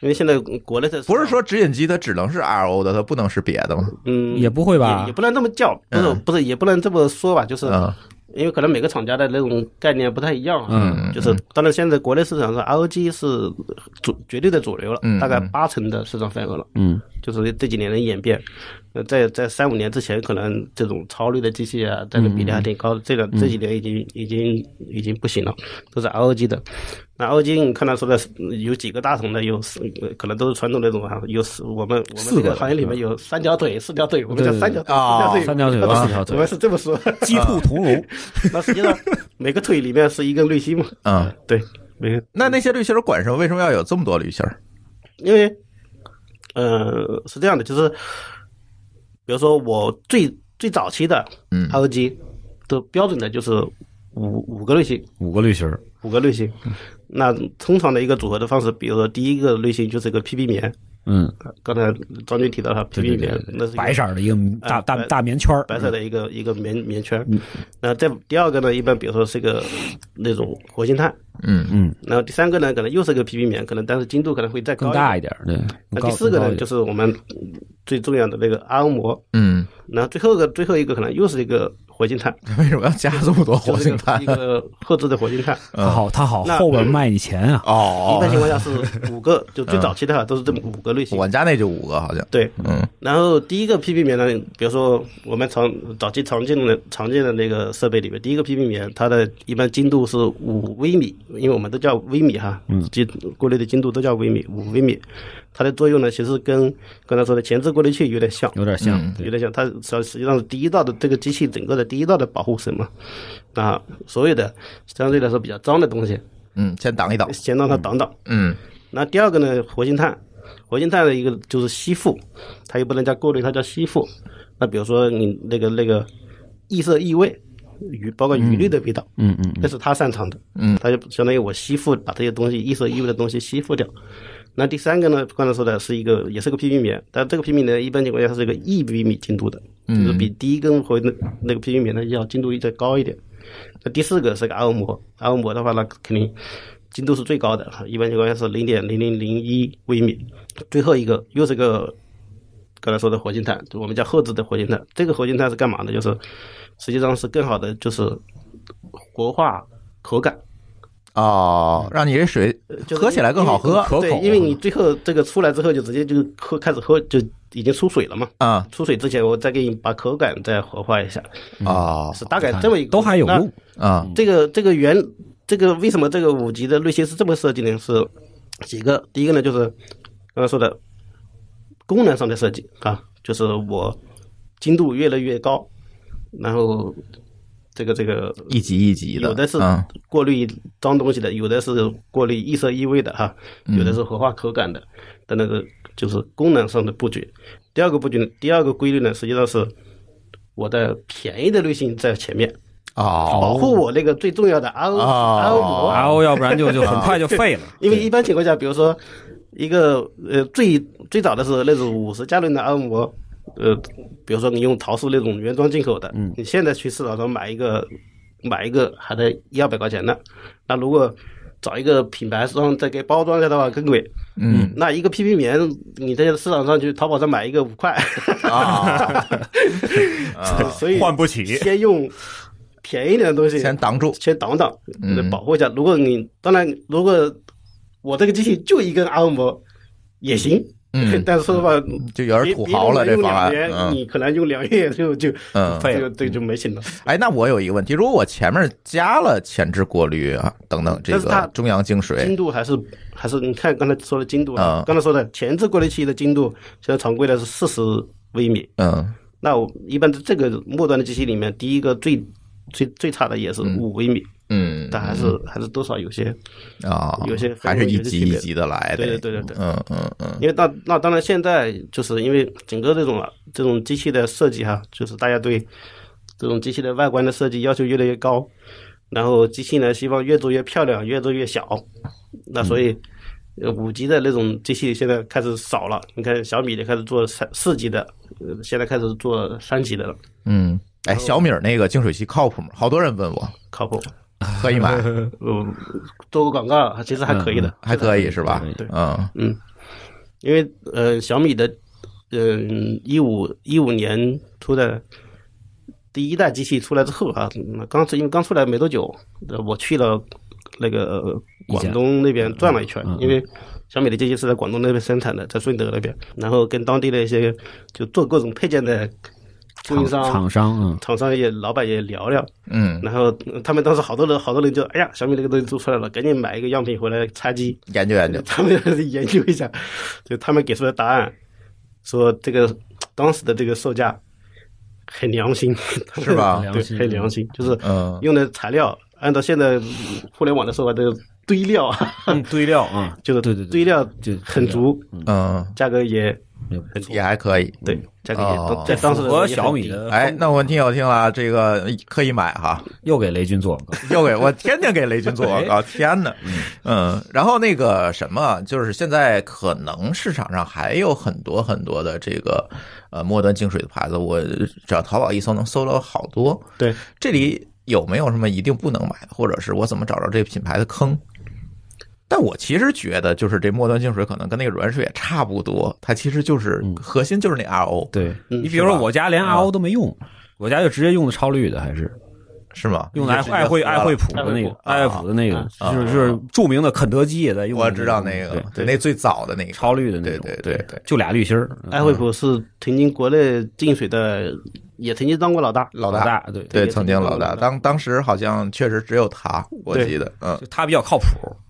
因为现在国内的
不是说直饮机它只能是 RO 的，它不能是别的吗？
嗯
也不会吧
也也不能这么叫，不是
嗯
不是也不能这么说吧？就是
嗯
因为可能每个厂家的那种概念不太一样啊。
嗯
就是当然现在国内市场上 R O G 是主绝对的主流了
嗯，
大概
嗯
八成的市场份额了。
嗯，
就是这几年的演变。呃，在在三五年之前，可能这种超滤的机器
嗯
啊，占的比例还挺高的。这个这几年已经已经已经不行了，都是 ROG 的。那 ROG 你看他说的是有几个大桶的，有四，呃可能都是传统那种啊，有四我们我们
四
这
个
个行业里面有三条腿、四条腿，我们
对
叫
对
三条腿、
啊
四
三条腿
我们
四条腿
我们是这么说。
鸡兔同笼，
那实际上每个腿里面是一根滤芯嘛，
嗯，
对，每个
那那些滤芯儿管什么？为什么要有这么多滤芯儿？
因为，呃，是这样的，就是，比如说我最最早期的
嗯
ROG 的标准的就是五五个类型，
五个滤芯儿，
五个类型。
嗯
那通常的一个组合的方式，比如说第一个类型就是个 PB 棉，
嗯，
刚才张军提到了
对
PB
对对
棉，那是
对，
一个
白色儿的一个大
哎
大
白
大棉圈儿，
白色的一个一个棉棉圈。
嗯
那再第二个呢，一般比如说是个那种活性炭，
嗯
嗯，
然后第三个呢，可能又是个 PB 棉，可能但是精度可能会再高
更
一
大
点。
一点儿，对。
那
更高
第四个
更高
呢，
一点
就是我们最重要的那个 R 膜，
嗯，
然后最后一个最后一个可能又是一个活性炭，
为什么要加这么多活性炭
就是一？个赫兹的活性炭。
他好，他好，
那
后边卖你钱啊！
哦
一般情况下是五个，就最早期的话都是这么五个类 型。
我家那就五个，好像。
对，
嗯
然后第一个 PP 棉呢，比如说我们常早期常见的常见的那个设备里面，第一个 PP 棉它的一般精度是五微米，因为我们都叫微米哈，精过滤的精度都叫微米，五微米。它的作用呢，其实跟刚才说的前置过滤器有点像，
有点像，
有
对
点像它实际实际上是第一道的这个机器整个的第一道的保护层嘛，啊，所有的相对来说比较脏的东西
嗯，先挡一挡。
先让它挡挡。
嗯
那第二个呢，活性炭，活性炭的一个就是吸附，它也不能叫过滤，它叫吸附。那比如说你那个那个异色异味，鱼包括鱼类的味道，
嗯嗯，
这是他擅长的，
嗯
他就相当于我吸附把这些东西异色异味的东西吸附掉。那第三个呢，刚才说的是一个，也是个 PV 棉，但这个 PV 棉一般情况下是一个一微米精度的，
嗯
就是比第一根回那那个 PV 棉呢要精度再高一点。那第四个是个 RO 膜，RO 膜的话呢，肯定精度是最高的，一般情况下是零点零零零一微米。最后一个又是个刚才说的活性炭，就我们叫后置的活性炭。这个活性炭是干嘛的？就是实际上是更好的，就是活化口感。
哦，让你这水
呃就是
喝起来更好喝，
可口
对，因为你最后这个出来之后，就直接就喝，开始喝，就已经出水了嘛。
啊
出水之前，我再给你把口感再活化一下，
哦
嗯是大概这么一个。
都还有用。
啊
那这个这个原这个为什么这个五级的滤芯是这么设计呢？是几个？第一个呢，就是刚才说的功能上的设计啊，就是我精度越来越高，然后这个这个
一级一级的，
有的是
嗯
过滤脏东西的，有的是过滤异色异味的哈，有的是活化口感的，等等的，就是功能上的布局。第二个布局呢，第二个规律呢，实际上是我的便宜的滤芯在前面，保
哦
护我那个最重要的 RO
啊
哦
RO 膜，
然啊后要不然就就很快就废了。
因为一般情况下，比如说一个呃最最早的是那种五十加仑的 RO 膜。呃，比如说你用桃树那种原装进口的，
嗯
你现在去市场上买一个买一个还得一二百块钱呢。那如果找一个品牌商再给包装一下的话更贵。
嗯，
那一个 PP 棉，你在市场上去淘宝上买一个五块，嗯
啊，
所以
换不起。
先用便宜点的东西
先挡住，
先挡挡，
嗯
保护一下。如果你当然，如果我这个机器就一根阿欧膜也行，
嗯
但是说实话，
就有
别
点土豪了
别
这
人
方案
用两，年
嗯
你可能用两月就就
嗯。
这个这个就没行了。
哎，那我有一个问题，如果我前面加了前置过滤啊等等这
但是它
个中央净
精
水，
度还是还是你看刚才说的精度
嗯
啊，刚才说的前置过滤器的精度，现在常规的是四十微米。
嗯
那我一般在这个末端的机器里面，第一个最最最差的也是五微米，
嗯
但还是还是多少有些，
啊，
有些
还是一级一级的来的，
对对对对对。
嗯嗯嗯，
因为那那当然，现在就是因为整个这种啊这种机器的设计哈、就是大家对这种机器的外观的设计要求越来越高，然后机器呢希望越做越漂亮，越做越小，那所以呃五级的那种机器现在开始少了，你看小米也开始做三四级的，呃现在开始做三级的了，
嗯，哎，小米儿那个净水器靠谱吗？好多人问我
靠谱。
可以买，
嗯，做个广告其实还可以的，
还可以是吧
对？
嗯
因为呃小米的嗯一五一五年出的第一代机器出来之后啊，嗯刚出因为刚出来没多久，呃我去了那个呃
一家
广东那边转了一圈
嗯嗯，
因为小米的机器是在广东那边生产的，在顺德那边，然后跟当地的一些就做各种配件的供
厂
应商。
厂商嗯，
厂商也老板也聊聊，
嗯，
然后嗯他们当时好多人好多人就哎呀，小米这个东西做出来了，赶紧买一个样品回来拆机，
研究研究，
他们研究一下，就他们给出的答案，说这个当时的这个售价很良心，
是吧
良
对，
心
很良心，就是
嗯
用的材料，按照现在互联网的说法，这个堆料 啊，
嗯堆料啊，
就是
对对对
堆料
就
很足，
嗯，
价格也
也
很
也还可以。
对，价格也
哦
当在当时的
符
时候
合
也很
小米
低
的，
哎，那我听友听了，这个可以买哈，
又给雷军做广告。
又给我天天给雷军做广告，天哪！嗯，然后那个什么，就是现在可能市场上还有很多很多的这个呃末端净水的牌子，我只要淘宝一搜能搜到好多。
对，
这里有没有什么一定不能买的，或者是我怎么找着这品牌的坑？但我其实觉得，就是这末端净水可能跟那个软水也差不多，它其实就是核心就是那 RO，
对
嗯
你比如说
嗯是吧
我家连 RO 都没用，我家就直接用的超绿的，还是
是吗？
用的爱
你就直接
爱惠
喝了
爱惠普的那个
爱惠
爱
普
惠普的那个，
啊
就是就是著名的肯德基也在用的
我
个，
知道那个
对，
对，那最早的那个，
超绿的那种，
对对对
对
对
就俩滤芯儿，
爱惠普是曾经国内净水的，也曾经当过老大，
老
老
大，
大对
对，
也
曾
曾
经
经
老
老
大，
大
当当时好像确实只有他，我
对
记得，嗯
就它比较靠谱，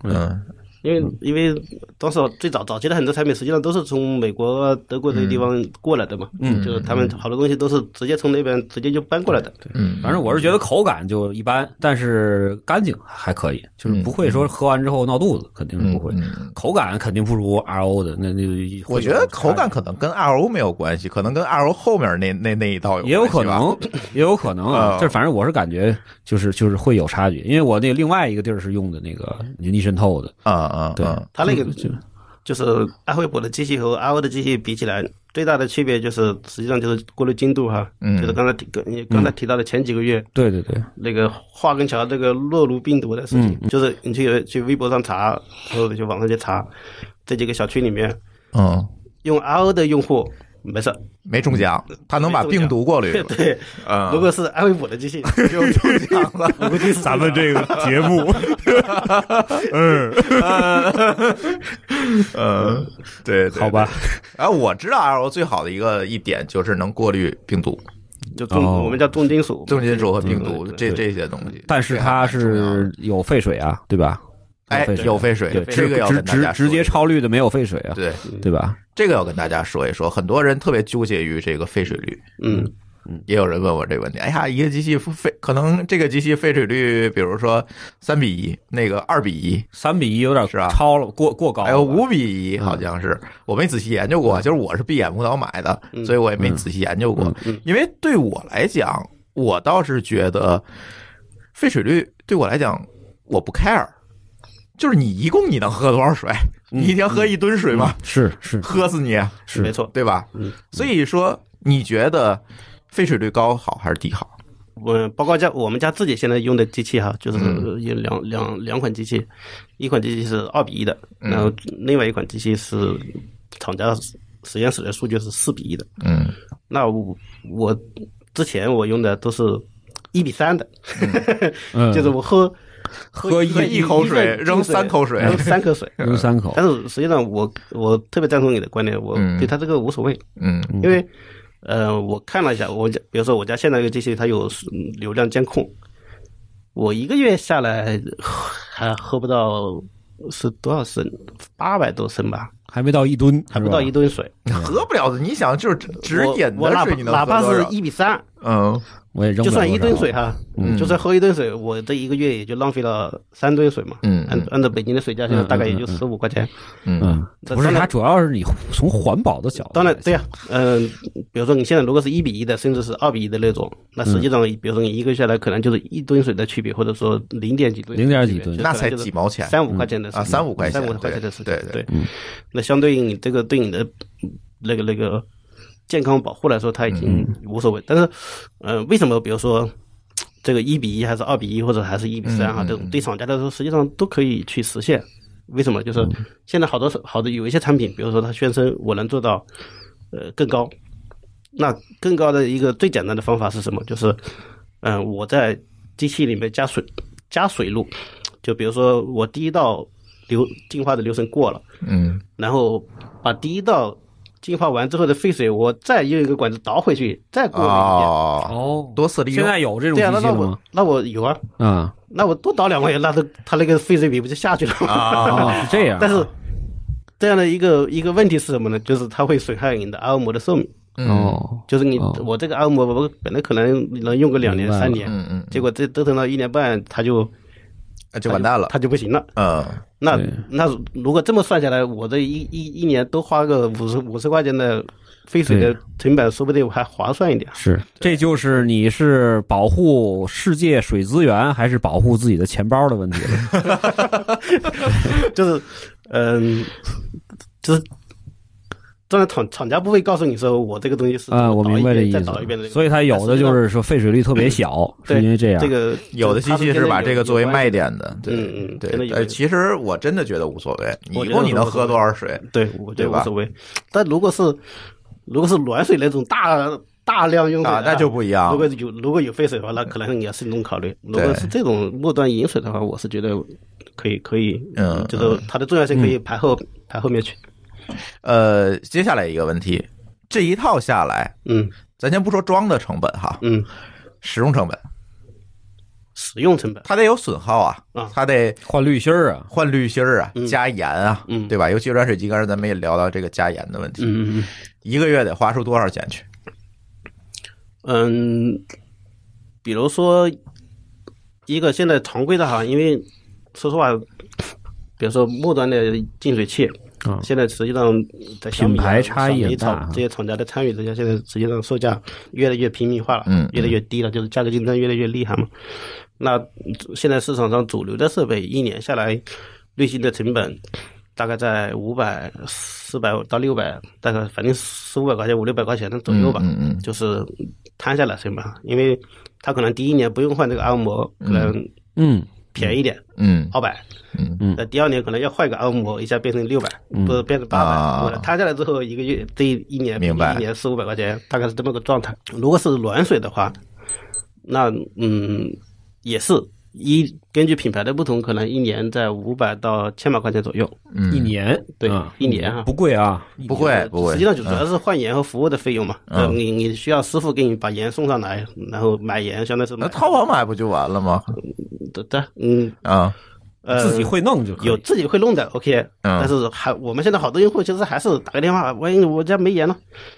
嗯
因为因为当时最早早期的很多产品实际上都是从美国、德国这个地方过来的嘛，嗯，就是他们好多东西都是直接从那边直接就搬过来的，对，
嗯，
反正我是觉得口感就一般，但是干净还可以，
嗯
就是不会说喝完之后闹肚子，肯定是不会。口感肯定不如 RO 的，那那那
我觉得口感可能跟 RO 没有关系，可能跟 RO 后面那那那一道有
也有
关
可
系吧，
能，也有可能啊
嗯。
这反正我是感觉就是就是会有差
嗯
距，因为我那另外一个地儿是用的那个逆渗透的，
啊啊，
对
嗯
他那个
就
就是安徽博的机器和阿欧的机器比起来，最大的区别就是实际上就是过滤精度哈，
嗯
就是刚才提跟你刚才提到的前几个月、
对对对，
那个华根桥这个诺如病毒的事
嗯
情，就是你去去微博上查，或者去网上去查，这几个小区里面
嗯，
用 RO 的用户没事儿，
没
嗯
中奖，他能把
嗯没中奖
病毒过 滤了，
对，
啊
如果是安徽博的 机器，
就中奖了。
咱们这个节目，嗯，
呃，对，对
好 吧。
对哎，我知道 RO 最好的一个一点就是能过滤病毒、
就重、
哦
我们叫重金属，
重金属和病毒
对
这这些东西。
但是
这还蛮
它
重要的
是有废水啊，对吧？
哎
有废水
有废水
对，，
这个要
直
跟大
直
家
直
说一
接
说
超滤的没有废水啊，
对，
对吧？
这个要跟大家说一说。很多人特别纠结于这个废水率，
嗯，
也有人问我这个问题。哎呀，一个机器废，可能这个机器废水率，比如说三比一，那个二比一，
三比一有点
是啊
超了，过过高了
还
吧，
有五比
嗯
一，好像是我没仔细研究过，就是我是闭眼不倒买的，
嗯
所以我也没仔细研究过。因为对我来讲，我倒是觉得废水率对我来讲我不 care，就是你一共你能喝多少水？
嗯
你一天喝一吨水吗？
是是
喝死你，
是
没错，
对吧？
嗯
所以说，你觉得废水率高好还是低好？
我包括家我们家自己现在用的机器哈，就是
嗯
有两、两两款机器，一款机器是二比一的，
嗯
然后另外一款机器是厂家实验室的数据是四比一的。
嗯，
那我我之前我用的都是一比三的，
嗯
就是我喝
喝
一个
一口水
份
扔三口水
扔三 口水。
扔三口，
但是实际上我我特别赞同你的观点，我
嗯
对他这个无所谓，
嗯
因为，呃，我看了一下，我家比如说我家现在这个机器它有嗯流量监控，我一个月下来还喝不到是多少升，八百多升吧，
还没到一吨，
还不到一
吨，
吨水。
喝不了的。你想，就是只
我
饮
我
的
哪
水，
怕
你能
哪
喝
怕
多
是
少？
一比三，
嗯
我也扔
就
不了嗯
算一吨
多少
水啊哈，就算喝一吨水，我这一个月也就浪费了三吨水嘛。
嗯
按按照北京的水价，现在大概也就十五块钱。
嗯
嗯，不是，它主要是你从环保的角度，
当然，对呀、嗯、比如说你现在如果是一比一的，甚至是二比一的那种，那实际上，比如说你一个下来可能就是一吨水的区别，或者说零点几吨水的区
0.几
别，
吨
那才几毛钱
三五块钱的
啊，三五块钱，
三五块钱的事情，
对
对
对，。嗯
那相对应你这个对你的那个那个健康保护来说，它已经
嗯
无所谓。但是，呃，为什么比如说这个一比一还是二比一，或者还是一比三
嗯
啊？这种对厂家来说，实际上都可以去实现。为什么？就是
嗯
现在好多好的有一些产品，比如说它宣称我能做到呃更高，那更高的一个最简单的方法是什么？就是嗯、呃我在机器里面加水加水路，就比如说我第一道流净化的流程过了。
嗯
然后把第一道净化完之后的废水，我再用一个管子倒回去，再过滤一遍。
哦，
哦，
多次利
现
用，
在有这种
对
机
啊，那
器
那
了
我
吗？
那我有啊，
啊
那我多倒两块钱，那都它那个废水比不就下去了吗？
啊，是这样啊，
但是这样的一个一个问题是什么呢？就是它会损害你的阿尔膜的寿命。
嗯
哦，
就是你、
哦
我这个阿尔膜，我本来可能能用个两年
明白了
三年，
嗯嗯
结果这折腾到一年半，它就
嗯，就完蛋了。
它就不行了。
嗯
那
对
那如果这么算下来，我这一一一年多花个五十五十块钱的废水的
对
成本，说不定还划算 一点。
是，这就是你是保护世界水资源还是保护自己的钱包的问题了。
就是，嗯、就是，当然厂厂家不会告诉你说我这个东西是
啊，
怎么
我
倒一
明白这
遍
意
再倒一遍的
思。
这个
所以它有的就是说废水率特别小，是
嗯对
因为这样。
这个
有的机器是把这个作为卖点的，对
嗯嗯真的
对。
有
呃，其实我真的觉得无所谓，你
我
一
觉得
共你能
无所
喝
谓
多少水？
对，我觉得
对吧
无所谓。但如果是如果是暖水那种大大量用水
啊，那就不一样
如。果有如果有废水的话，那可能你要慎重考虑。如
对
果是这种末端饮水的话，我是觉得可以可以，
嗯
就是它的重要性可以排后、排后面去。
呃，接下来一个问题，这一套下来，
嗯
咱先不说装的成本哈，
嗯，
使用成本，
使用成本
它得有损耗啊
啊，
它得
换滤芯儿啊，
换滤芯儿啊，加盐啊，
嗯
对吧？尤其软水机，刚才咱们也聊到这个加盐的问题，
嗯嗯
一个月得花出多少钱去？
嗯嗯，比如说一个现在常规的哈，因为说实话，比如说末端的净水器。
啊
现在实际上在小米啊
品牌差异
小米
很大啊
厂
哈
这些厂家的参与之下，现在实际上售价越来越平民化了，
嗯
越来越低了，就是价格竞争越来越厉害嘛。那现在市场上主流的设备一年下来，滤芯的成本大概在五百、四百到六百，大概反正四五百块钱、五六百块钱的左右吧，
嗯嗯嗯
就是摊下来成本，因为他可能第一年不用换这个按摩，可能
嗯，
便宜点，
嗯
二百，
嗯
嗯
那第二年可能要换个按摩，一下变成六百、不是变成八百、
啊
我摊下来之后，一个月这一年
明白
一年四五百块钱，大概是这么个状态。如果是软水的话，那嗯也是一根据品牌的不同，可能一年在五百到千把块钱左右，
嗯，
一年
对，
啊
一年哈。
不贵啊，
不贵不贵，
实际上就主要是换盐和服务的费用嘛，
嗯
呃你你需要师傅给你把盐送上来，然后买盐，相当于是买
那淘宝买不就完了吗？
对对，嗯
啊，
呃，
自己会弄就可以
有自己会弄的，OK，、
嗯
但是还我们现在好多用户其实还是打个电话，万一我家没盐了，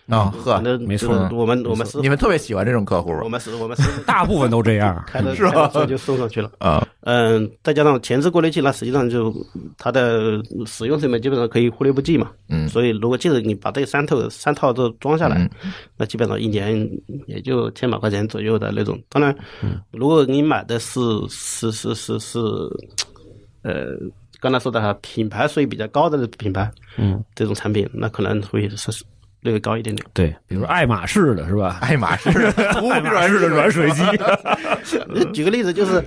啊呵
反，正嗯
没错
就是我们我们师傅
你们特别喜欢这种客户
我们师我们师傅。
大部分都这样
开 了
是吧
开了车就送上去了，
啊，
嗯，再加上前置过滤器，那实际上就它的使用成本基本上可以忽略不计嘛，
嗯
所以如果即使你把这三套三套都装下来，
嗯
那基本上一年也就千把块钱左右的那种。当然，
嗯
如果你买的是是是是是，呃，刚才说的哈，品牌属于比较高的品牌，
嗯，
这种产品那可能会是略微高一点点。
对，比如爱马仕的是吧？
爱马仕的，爱马仕的软水机，
举个例子，就是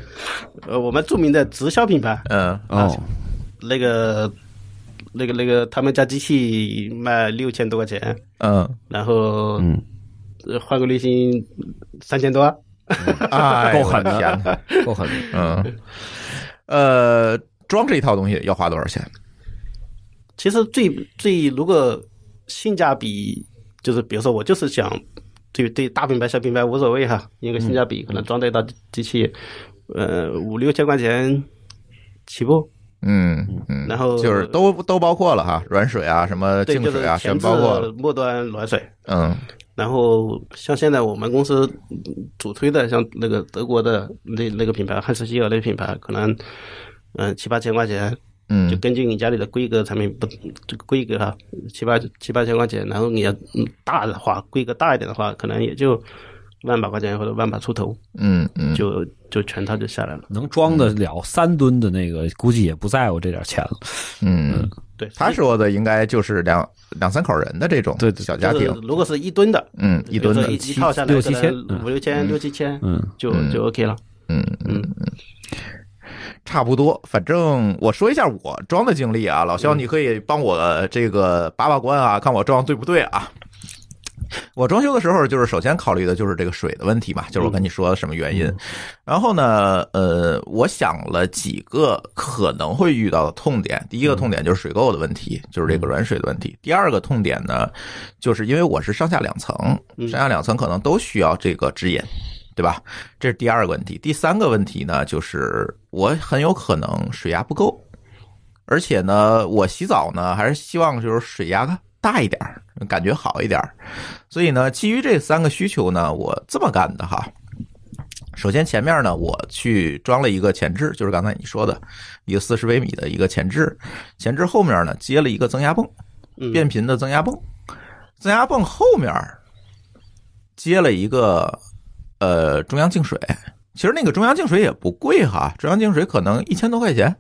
呃，我们著名的直销品牌，
嗯
哦，
那个那个那个，他们家机器卖六千多块钱，
嗯，
然后
嗯
呃换个滤芯三千多。
哎，
够狠
我天哪
的，够狠的。
嗯，呃，装这一套东西要花多少钱？
其实最最如果性价比就是比如说我就是想对对大品牌小品牌无所谓哈，一个性价比可能装这道机器，呃五六千块钱起步，
嗯嗯，
然后
就是都都包括了哈，软水啊，什么
对
净
就是
水啊，
前
全
置
包括了。
末端软水。
嗯
然后像现在我们公司嗯主推的，像那个德国的那那个品牌汉斯希尔那个品牌，可能嗯七八千块钱，就
嗯
根据你家里的规格产品不这个规格哈，七八七八千块钱，然后你要嗯大的话，规格大一点的话，可能也就万把块钱或者万把出头，
嗯嗯，
就就全套就下来了。
能装得了三吨的那个，估计也不在乎这点钱了。
嗯，
对，
他说的应该就是两两三口人的这种
对对
小
就
家
是
庭，
如果是一吨的，
嗯，一吨的
比如，说一一套下来
六七
可能
千嗯
五六千六七千，
嗯，
就
嗯
就 OK 了。
嗯
嗯，
差不多。反正我说一下我装的经历啊，老
嗯
肖，你可以帮我这个把把关啊，看我装对不对啊。我装修的时候，就是首先考虑的就是这个水的问题嘛，
嗯
就是我跟你说什么原因。然后呢，呃，我想了几个可能会遇到的痛点。第一个痛点就是水垢的问题，
嗯
就是这个软水的问题。第二个痛点呢，就是因为我是上下两层，
嗯
上下两层可能都需要这个指引，对吧？这是第二个问题。第三个问题呢，就是我很有可能水压不够，而且呢，我洗澡呢还是希望就是水压大一点儿，感觉好一点儿。所以呢，基于这三个需求呢，我这么干的哈。首先，前面呢，我去装了一个前置，就是刚才你说的一个四十微米的一个前置，前置后面呢接了一个增压泵，
嗯
变频的增压泵，增压泵后面接了一个呃中央净水，其实那个中央净水也不贵哈，中央净水可能一千多块钱，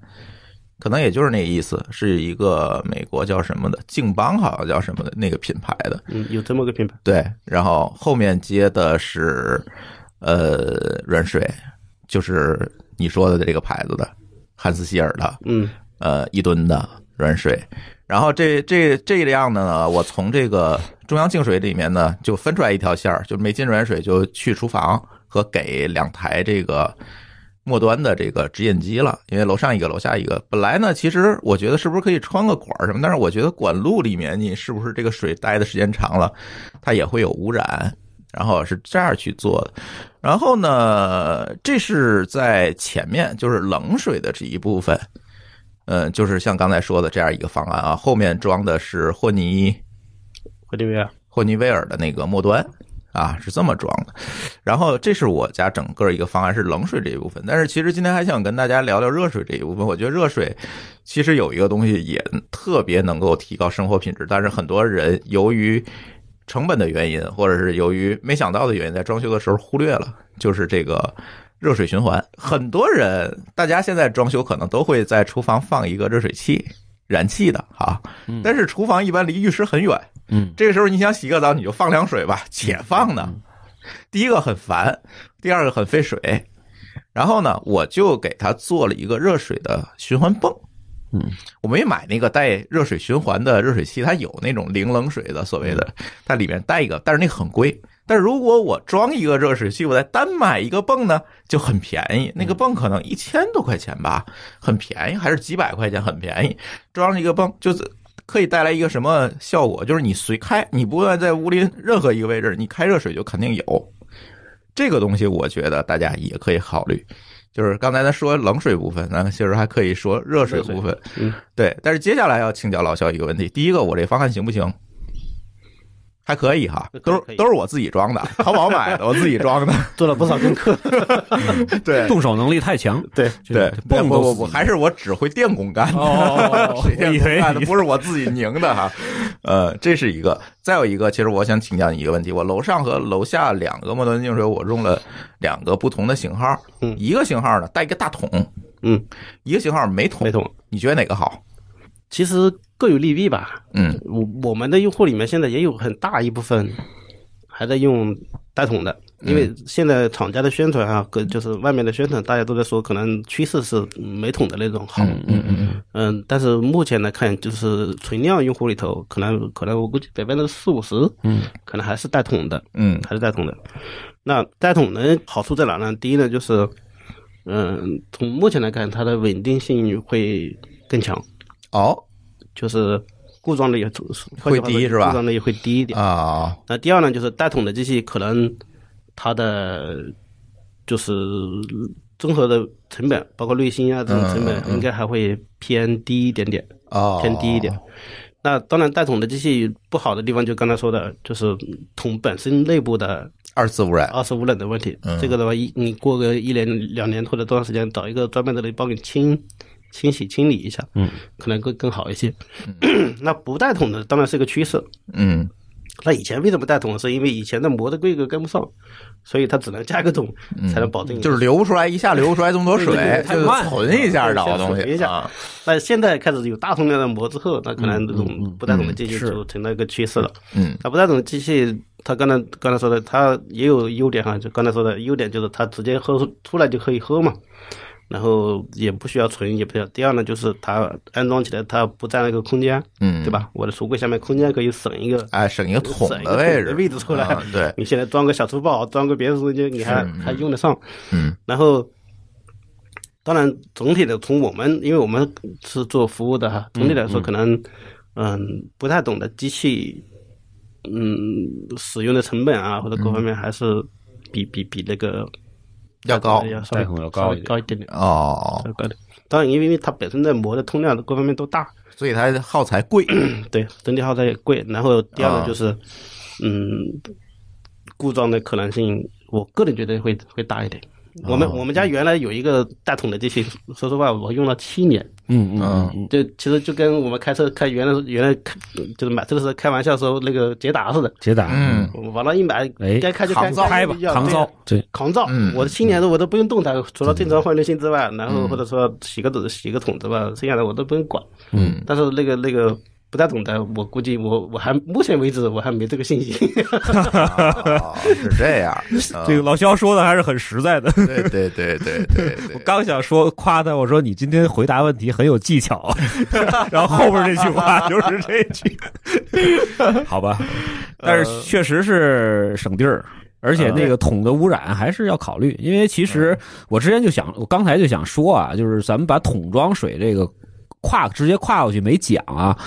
可能也就是那意思，是一个美国叫什么的净邦好像叫什么的那个品牌的，
嗯，有这么个品牌，
对，然后后面接的是呃软水，就是你说的这个牌子的汉斯希尔的，
嗯
呃一吨的软水。然后这这这样的呢，我从这个中央净水里面呢，就分出来一条线儿，就没进软水就去厨房和给两台这个末端的这个直饮机了，因为楼上一个，楼下一个。本来呢，其实我觉得是不是可以穿个管儿什么，但是我觉得管路里面你是不是这个水待的时间长了，它也会有污染。然后是这样去做的，然后呢，这是在前面，就是冷水的这一部分。嗯，就是像刚才说的这样一个方案啊，后面装的是霍尼
惠迪威尔，
霍尼韦尔的那个末端啊，是这么装的。然后这是我家整个一个方案是冷水这一部分，但是其实今天还想跟大家聊聊热水这一部分。我觉得热水其实有一个东西也特别能够提高生活品质，但是很多人由于成本的原因，或者是由于没想到的原因，在装修的时候忽略了，就是这个。热水循环，很多人，大家现在装修可能都会在厨房放一个热水器，燃气的啊
嗯。
但是厨房一般离浴室很远，
嗯
这个时候你想洗个澡，你就放凉水吧，且放呢。第一个很烦，第二个很费水。然后呢，我就给它做了一个热水的循环泵。
嗯，
我没买那个带热水循环的热水器，它有那种零冷水的所
嗯
谓的，它里面带一个，但是那个很贵。但如果我装一个热水器，我再单买一个泵呢，就很便宜。那个泵可能一千多块钱吧，很便宜，还是几百块钱，很便宜。装一个泵就是可以带来一个什么效果？就是你随开，你不管在屋里任何一个位置，你开热水就肯定有。这个东西我觉得大家也可以考虑。就是刚才咱说冷水部分，咱其实还可以说热水部分。
嗯
对。但是接下来要请教老肖一个问题：第一个，我这方案行不行？还可以哈，都
可
是
以可以
都是我自己 装的，淘宝买的，我自己装的。
做了不少 功课。
对
动手能力太强，
对
这
对
个，
不
泵
不
都
不
死
不，还是我只会电工干的。
哦，
水电
以
工干的，
为
不是我自己拧的哈。呃，这是一个，再有一个，其实我想请教你一个问题，我楼上和楼下两个末端净水，我用了两个不同的型号，
嗯
一个型号呢带一个大桶，
嗯，
一个型号没桶
没，桶，
你觉得哪个好？
其实各有利弊吧。
嗯
我我们的用户里面现在也有很大一部分还在用单桶的，
嗯
因为现在厂家的宣传啊，跟就是外面的宣传，大家都在说可能趋势是没桶的那种好。
嗯嗯嗯
嗯，但是目前来看，就是存量用户里头，可能可能我估计百分之四五十，
嗯，
可能还是带桶的，
嗯
还是带桶的。那带桶呢，好处在哪呢？第一呢，就是，嗯、从目前来看，它的稳定性会更强，
哦
就是故障率也
会低是吧
故障率也会低一点。
啊
那第二呢，就是带桶的机器可能它的就是综合的成本，包括滤芯啊这种成
嗯嗯
本，
嗯
应该还会偏低一点点。
哦，
偏低一点。那当然，带桶的机器不好的地方，就刚才说的，就是桶本身内部的
二次污染，
二次污染的问题。
嗯
这个的话，一你过个一年、两年或者多长时间，找一个专门的人帮你清清洗、清理一下，
嗯，
可能更更好一些。 那不带桶的当然是个趋势。
嗯
那以前为什么带桶？是因为以前的膜的规格跟不上，所以它只能加个桶
嗯，
才能保证你。
就是流不出来，一下流不出来这么多
对对
水
对，
就是
太慢
存一下
对
找
先
东
存
西
一下
啊，
那现在开始有大容量的膜之后，那可能这种不带桶的机器
嗯是
就成了一个趋势了。
嗯
它不带这种机器，它刚才刚才说的，它也有优点哈，就刚才说的优点就是它直接喝出来就可以喝嘛，然后也不需要存，也不需要。第二呢，就是它安装起来它不占那个空间，
嗯，
对？吧？我的橱柜下面空间可以省一个，
哎，省一个桶
省一
的
个
位
位
置，
置出来。
啊 对，
你现在装个小厨宝，装个别的东西，你还
是
还用得上。
嗯
然后，当然总体的从我们，因为我们是做服务的哈，总体来说可能，嗯，不太懂的机器，嗯，使用的成本啊或者各方面还是比比比那个
要高
要稍微
带孔要高
稍微
一点
高一点点，
哦
稍，微高一点。当然，因为因为它本身的膜的通量各方面都大，
所以它耗材贵。
对，整体耗材也贵。然后第二
啊
个就是，嗯，故障的可能性，我个人觉得会会大一点。我
啊
们、我们家原来有一个大桶的机器，说实话，我用了七年，
嗯嗯嗯嗯，
就其实就跟我们开车开原来原来开就是买车的时候开玩笑说那个捷达似的，
解打，
嗯，
我往那一买
哎，
该开就开，
扛造
开吧
该用就，用
扛造，，对，
扛造
嗯。
我的七年的我都不用动它，除了正常换滤芯之外，然后或者说洗个桶洗个桶之外，剩下的我都不用管。
嗯，
但是那个那个不太懂的，我估计我我还目前为止我还没这个信心。
哦，是这样。啊
这个老肖说的还是很实在的。
对对对对对
我
对，
刚想说夸他，我说你今天回答问题很有技
啊
巧，然后后边这句话就是这句，好吧？
但
呃
是确实是省地儿。而且那个桶的污染还是要考虑，因为其
嗯
实我之前就想，我刚才就想说啊，就是咱们把桶装水这个跨直接跨过去没讲啊，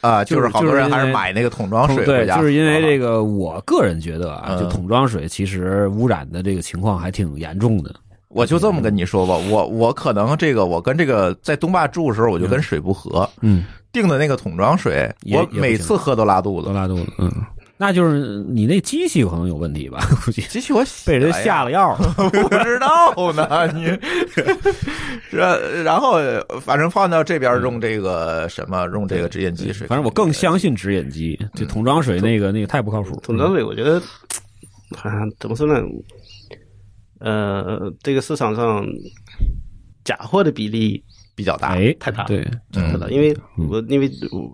啊，就是好多人
就是因为
还是买那个桶装水回
对，
家，啊
就是因为这个，我个人觉得啊，
嗯
就桶装水其实污染的这个情况还挺严重的。
我就这么跟你说吧，我我可能这个，我跟这个在东坝住的时候，我就跟水不和，
嗯，
订的那个桶装水，
也
我
也不行
每次喝都拉肚
多
子。
拉肚子，嗯，那就是你那机器可能有问题吧？ 估计
机器我洗
被人
了呀
下了 药了。
不知道呢，你。然然后反正放到这边用这个什么，用这个直饮机水，
反正我更相信直饮机，就桶装水那个那个太不靠 谱。
总之，我觉得， 啊，怎么说呢？呃，这个市场上假货的比例
比较大。
哎，
太大了
对，
真
嗯
的， 因为我因为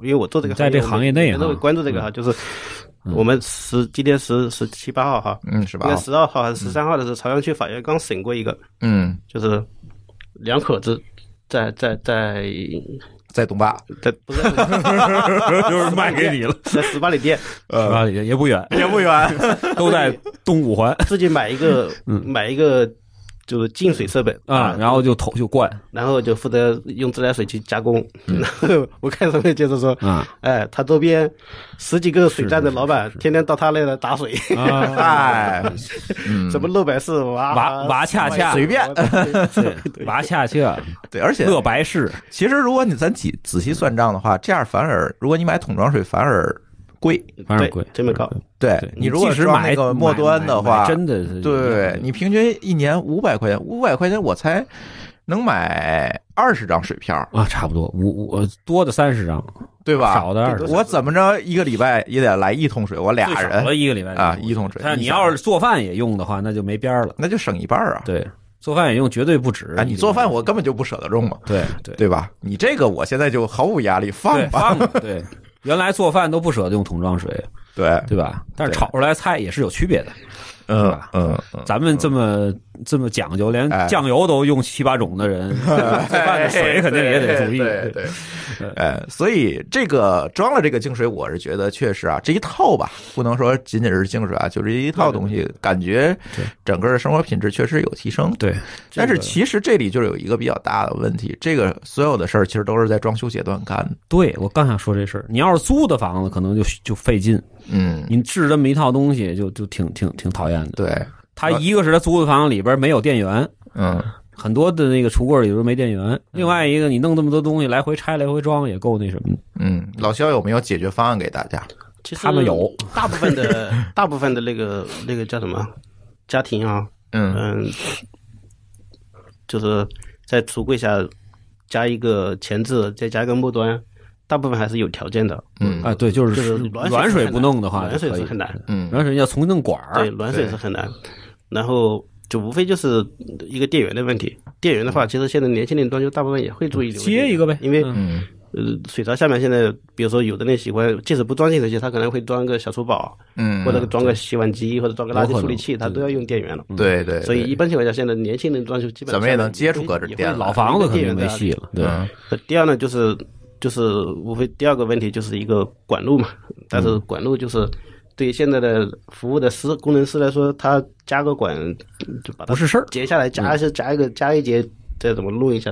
因为我做这个
在这行业内
我们我
哈
们关注这个哈，就是我们十今天十十七八号哈，
嗯，是
应
吧
该？十二号还是十三号的时候，朝阳区法院刚审过一个，
嗯，
就是两口子在在在
在东 坝，
在不是
就是卖给你了，嗯
在十八里店
是吧？也也不 远，
也不远。
都在东五环
自己买一个
嗯
买一个就是净水设备
啊，然后就投就灌
然后就负责用自来水去加工。然
嗯
后 我看上面接着说，
啊
哎，他周边十几个水站的老板天天到他那来打水，
啊，
哎，
嗯
什么乐百氏、娃
娃娃恰恰
随便。
娃恰恰
对，而且
乐白氏
其实如果你咱仔仔细算账的话，这样反而如果你买桶装水反而贵。
反正贵
对，这么高。
对
对
你如果
即使
装
买
那个末端的
买买
话，
买真的是
对你平均一年五百块钱，五百块钱我才能买二十张水票，
啊，差不多五五多的三十张，
对吧？
少的二十
我怎么着一个礼拜也得来一桶水，我俩
最少了
人
一个礼拜
啊，一桶水。
但你
想
要是做饭也用的话，那就没边儿了。
那就省一半儿啊。
对，做饭也用绝对不止。
啊，你做饭我根本就不舍得用嘛，
对对
对吧？你这个我现在就毫无压力，
对
放吧。
放吧 对。原来做饭都不舍得用桶装水，
对，
对吧？但是
对
炒出来菜也是有区别的。
嗯
吧
嗯嗯，
咱们这么这么讲究，连
哎
酱油都用七八种 的人， 做饭的水肯定也得注意。
哎对对，对哎，所以这个装了这个净水，我是觉得确实啊，这一套吧，不能说仅仅是净水啊，就这一套东西，感觉整个的生活品质确实有提升。
对，
但是其实这里就有一个比较大的问题，这个所有的事儿其实都是在装修阶段干的。
对我刚想说这事儿，你要是租的房子，可能就就费劲，
嗯，
你治这么一套东西就，就挺挺挺讨厌的。
对，
他一个是他租的房子里边没有电源，
嗯，
很多的那个橱柜里边没电源，另外一个你弄这么多东西来回拆来回装也够那什么的。
嗯，老肖有没有解决方案给大家？
其实
他们有
大部分 的大部分的那个那个叫什么家庭啊，
嗯
嗯，就是在橱柜下加一个前置，再加一个末端，大部分还是有条件的。
嗯
啊，对，就
就是是
软水
水
不弄的话
软水
可以
是很难，
嗯
软水要重新弄管儿
对，，软水是很难。然后就无非就是一个电源的问题。电源的话，其实现在年轻人装修大部分也会注意留
嗯接一个呗，
因为
嗯
嗯
呃，水槽下面现在，比如说有的人喜欢，即使不装净水器，他可能会装个小厨宝，
嗯，
或者装个洗碗机，或者装个垃
有可
圾处理
能
器，他都要用电源了。
嗯对对，
所以
对
一般情况下，现在年轻人装修基本
怎
上
么也能接触个这
也会
电了
老房子肯定没戏了。对，
嗯
呃第二呢，就是就是无非第二个问题就是一个管路嘛，但
嗯
是管路就是对于现在的服务的师工程师来说，他加个管就把
不
它
是事儿。
截下来，加
嗯
一些加一个加一节，再怎么弄一下，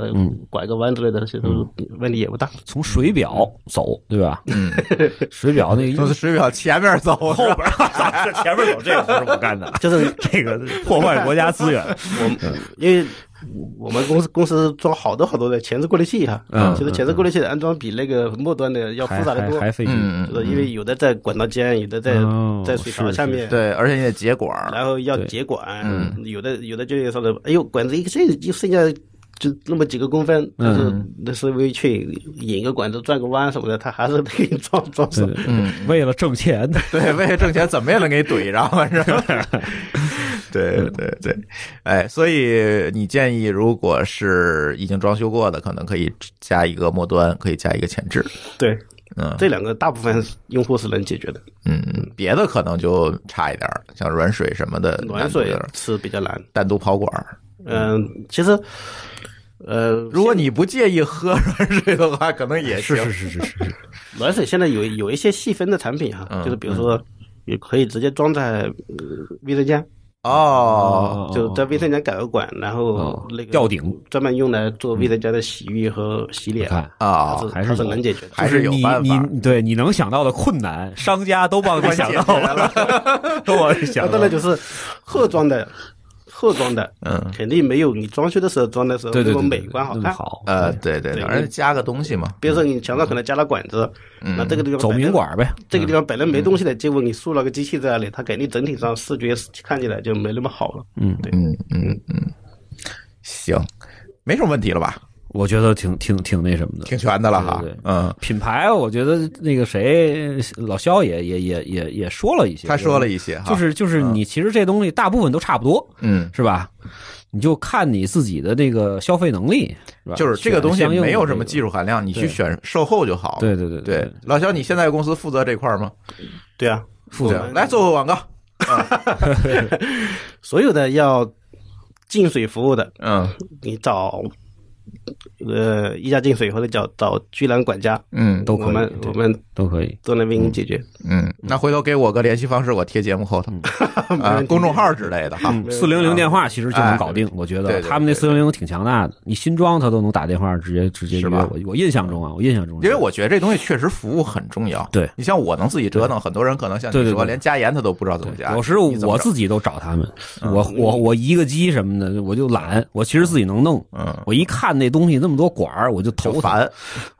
拐个弯之类的，其实
嗯
问题也不大。
从水表走，对吧？嗯， 水表那
从
个
水表前面走，后边
前面走，这个不是我干的，
就是
这 个破坏国家资源。
我们
嗯
因为我们公司公司装好多好多的前置过滤器哈，
嗯
其实前置过滤器的安装比那个末端的要复
还
杂的
还
多。
还费劲。
嗯
就是因为有的在管道间，有的在
哦
在水槽下面，
对，而且你得结管儿，嗯
然后要
对
接管，有的有的就说的，哎呦，管子一个这就剩下就那么几个公分，但是
嗯
那是微去引个管子转个弯什么的，他还是得给 你装装上。
嗯，为了挣钱，
对，为了挣钱怎么也能给怼上，反正。对对对，哎，所以你建议，如果是已经装修过的，可能可以加一个末端，可以加一个前置，
对，
嗯
这两个大部分用户是能解决的，
嗯，别的可能就差一点儿，像软水什么的，
暖
难度
水
有点儿
是比较难。
单独跑管儿。
嗯，其实，呃，
如果你不介意喝 软水的话，可能也行
是是是是是，
暖水现在有有一些细分的产品哈，啊
嗯
就是比如说。也可以直接装在呃卫生间，
哦，
就在卫生间改个管，然后那个
哦吊顶，
专门用来做卫生间的洗浴和洗脸，
看
啊
它
还是
它是
有
能解决的。
还是有
你
办法
你对你能想到的困难，商家都帮你想
解
到
决了，
都帮你想到
那当然就是后装的，后装的，
嗯，
肯定没有你装修的时候装的时候
对
那
对
么
对，
美观好
那么
看。
好，嗯
呃，对对，
对
反正加个东西嘛，
比如说你墙上可能加了管子，那这个地方
走嗯
摆
明
着，
管呗，
这个地方本来没东西的，结果你竖了个机器在那里，它肯定整体上视觉看起来就没那么好了。
嗯，
嗯嗯嗯，行，没什么问题了吧？
我觉得挺挺挺那什么的。
挺全的了哈
对对对。
嗯，
品牌，我觉得那个谁老肖也也也也也说了一些，
他说了一些哈，
就是就是你其实这东西大部分都差不多，
嗯
是吧？你就看你自己的这个消费能力，吧
就是这个东西
选相应的
没有
这
什么
个
技术含量，你去
对
选售后就好。
对对对
对，老肖，你现在公司负责这块儿吗？
对啊，
负
我
责，
们
来做个广告。
所有的要净水服务的，
嗯
你找呃一家净水或者找找居然管家，
嗯
都可以
我们
对
我们
都可以。
都能为你解决。
嗯，那回头给我个联系方式，我贴节目后 头啊，公众号之类的哈。
嗯，四零零电话其实就能搞定，我觉
对
得
哎对对
他们那四零零挺强大的，你新装他都能打电话直接直接
是
约
吧
我。我印象中啊，我印象中是，
因为我觉得这东西确实服务很重要。
对
你像我能自己折腾，很多人可能像
对
你
对
说，
对
连加盐他都不知道怎么嗯
对
加。
有时候我自己都找他们，我我我一个机什么的我就懒，我其实自己能弄。
嗯，
我一看那东西那么多管儿，我就头
就
疼，
烦，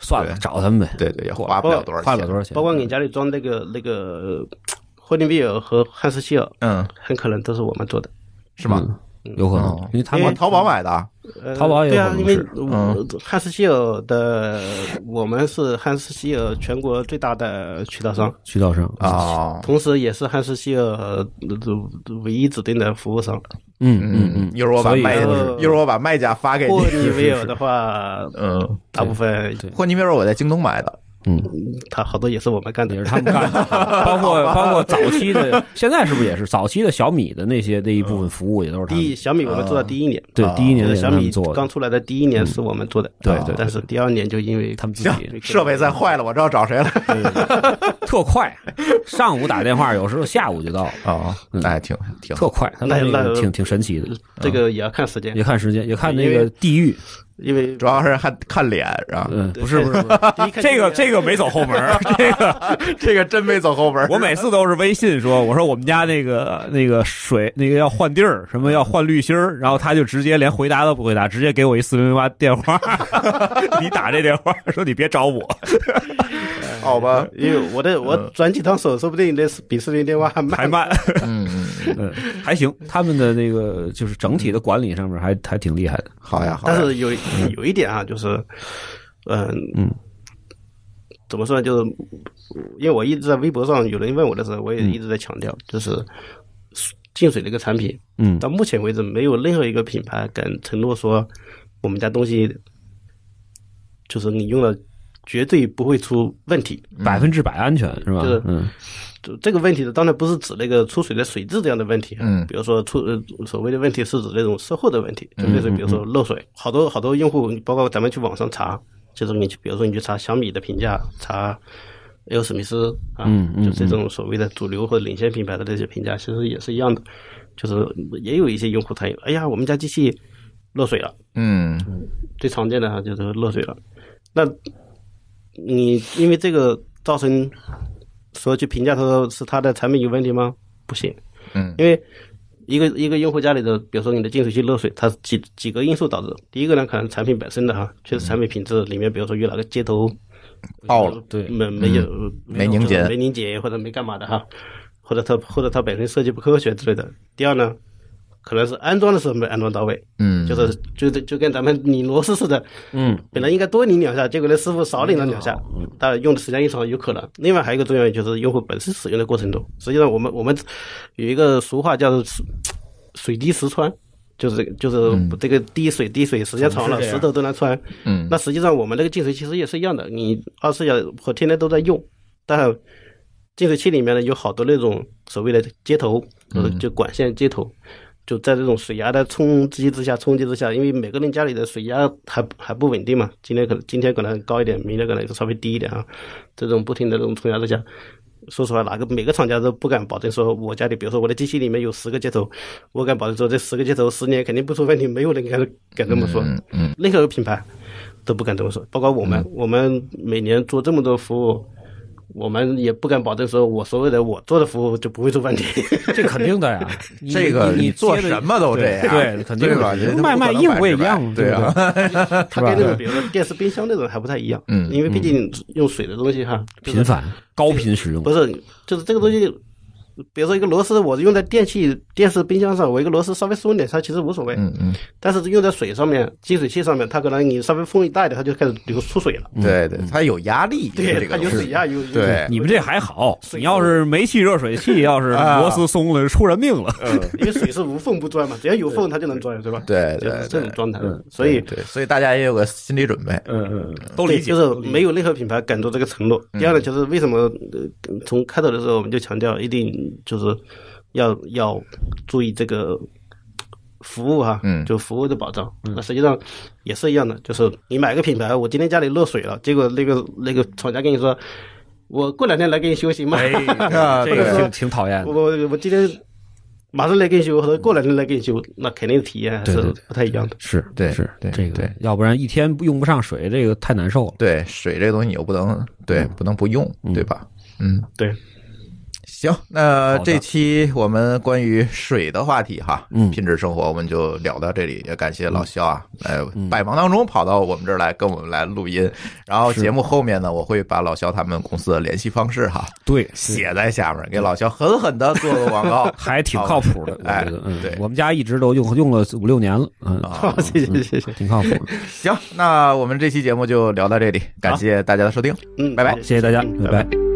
算了，
对
找他们呗，
对对，也花不了多少钱，
花不了多少钱。
包括你家里装那个那个霍尼韦尔和汉斯希尔，
嗯，
很可能都是我们做的。
是吗？
嗯有可能
哦，
因为他
我
们
淘宝买的啊，
呃
淘宝也有
对啊
可，能
因为
是
嗯
我汉斯希尔的，我们是汉斯希尔全国最大的渠道商，
渠道商，
哦
同时也是汉斯希尔呃唯一指定的服务商。
嗯嗯嗯，
一会儿我把
所以
卖，
就是
一会儿我把卖家发给你
霍。尼韦尔的话，
嗯，
大部分
对
霍尼韦尔我在京东买的，
嗯，
他好多也是我们干的
也。是他们干的，包 括包括早期的，现在是不是也是早期的小米的那些那一部分服务也都是他
第一
们？啊
小米我们做到第一年，啊
对，第一年
就
也
是
是
小
他
米
们做
刚
的，嗯
出来的第一年是我们做的，啊
对对对
但是第二年就因为
他们自
行
己嗯
设备再坏了，我知道找谁了。
特快，上午打电话，有时候下午就 到了，
哦，
嗯
那还挺挺
特快，他
那
们那个
那
挺挺神奇的。嗯
这个也要看时间
也，看时间，也看那
因
个
为
地域，
因为
主要是看看脸是吧？
嗯，不是不是不是，
第一 看
这个
就是
这个没走后门 儿，这个
这个真没走后门儿。
我每次都是微信说，我说我们家那个那个水那个要换地儿，什么要换滤芯儿，然后他就直接连回答都不回答，直接给我一四零零八电 话， 你打这电话说你别找我，
好吧，
因为我的
嗯
我转几趟手，说不定那是比四零电话还慢。
还慢，
嗯，嗯嗯
嗯，还行，他们的那个就是整体的管理上面还还挺厉害的，
好呀，好
但
呀。
是有有一点啊，就是，嗯、
嗯，
怎么说呢？就是因为我一直在微博上有人问我的时候，我也一直在强调，就是净水这个产品，
嗯
到目前为止没有任何一个品牌敢承诺说我们家东西就是你用了绝对不会出问题。
百分之百安全是吧
就是？
嗯，
就这个问题呢，当然不是指那个出水的水质这样的问题，啊
嗯
比如说出呃所谓的问题是指那种售后的问题，就类
嗯
似于比如说漏水，好多好多用户，包括咱们去网上查，就是你去，比如说你去查小米的评价，查埃尔史密斯啊，
嗯嗯
就这种所谓的主流或者领先品牌的这些评价，其实也是一样的，就是也有一些用户他有，哎呀，我们家机器漏水了，
嗯，
最常见的哈就是漏水了。那你因为这个造成说去评价它是它的产品有问题吗？不行，
嗯，
因为一个一个用户家里的，比如说你的净水器漏水，它几几个因素导致的。第一个呢，可能产品本身的哈，确实产品品质里面，比如说有哪个接头
嗯爆了，嗯
对
没没有
没凝结
没凝结或者没干嘛的哈，或者它或者它本身设计不科学之类的。第二呢，可能是安装的时候没安装到位，
嗯，
就是就就跟咱们拧螺丝似的，
嗯，
本来应该多拧两下，结果那师傅少拧了两下，
嗯
但用的时间一长有可能。另外还有一个重要就是用户本身使用的过程中，实际上我们我们有一个俗话叫做“水滴石穿”，就是这个就是这个滴水滴水时间长了，石头都能穿。
嗯
那实际上我们那个净水器其实也是一样的，你二十四小时我天天都在用，但净水器里面呢有好多那种所谓的接头，呃
嗯
就管线接头，就在这种水压的冲击之下，冲击之下，因为每个人家里的水压还还不稳定嘛，今天可能今天可能高一点，明天可能稍微低一点啊，这种不停的这种冲压之下。说实话，哪个每个厂家都不敢保证说，我家里比如说我的机器里面有十个接头，我敢保证说这十个接头十年肯定不出问题，没有人敢敢这么说。
嗯嗯
任何一个品牌都不敢这么说，包括我们，我们每年做这么多服务，我们也不敢保证说我所有的我做的服务就不会出 问题。
这肯定的呀，你
这个
你你
做
接着
什么都这样，
对，肯定
对吧？
的
这
卖
不
卖
可能
衣服也一
100%
样嘛，
对
不
啊，
对，
它跟那种比如说电视冰箱那种还不太一样，
嗯
因为毕竟用水的东西哈，就是
频繁高频使用
不，是，就是这个东西，比如说一个螺丝，我用在电器、电视、冰箱上，我一个螺丝稍微松一点，它其实无所谓。
嗯嗯，
但是用在水上面、净水器上面，它可能你稍微风一大一点，它就开始流出水了。
对对，它嗯有压力，
对，
这
它
个东
有水
西
压，有有
对
你们这还好，
水
你要是煤气热水器要是
啊
螺丝松了，出人命 了。
嗯因为水是无缝不钻嘛，只要有缝它就能钻，对吧？
对
就
对
是这种
对，嗯
状态，所以
对，所以大家也有个心理准备，
嗯嗯，都
对，
理解，
就是没有任何品牌敢做这个承诺。第二呢，就是为什么呃从开头的时候我们就强调，一定就是要要注意这个服务哈，
嗯
就服务的保障。那实际上也是一样的，就是你买个品牌，我今天家里漏水了，结果那个那个厂家跟你说，我过两天来给你修行吗？
哎，
啊
这
对
个挺挺讨厌
我
的。
我我今天马上来给你修，或者过两天来给你修，那肯定体验还是
对对对
不太一样的。
是
对
是
对
这个
对，
要不然一天用不上水，这个太难受了。
对，水这个东西你又不能对不能不用，对吧？嗯，
对。
行，那
好的
这期我们关于水的话题哈，
嗯
品质生活我们就聊到这里，也感谢老肖啊，来百忙当中跑到我们这儿来跟我们来录音，然后节目后面呢，我会把老肖他们公司的联系方式哈
对，，
写在下面，给老肖狠狠的做个广告
还挺靠谱的，我
哎
觉得。
对
嗯，我们家一直都用用了五六年了，嗯，
啊
谢谢谢谢，
挺靠谱 的。
行，那我们这期节目就聊到这里，感谢大家的收听，
嗯，
拜拜
好
谢谢大家，
嗯
拜拜。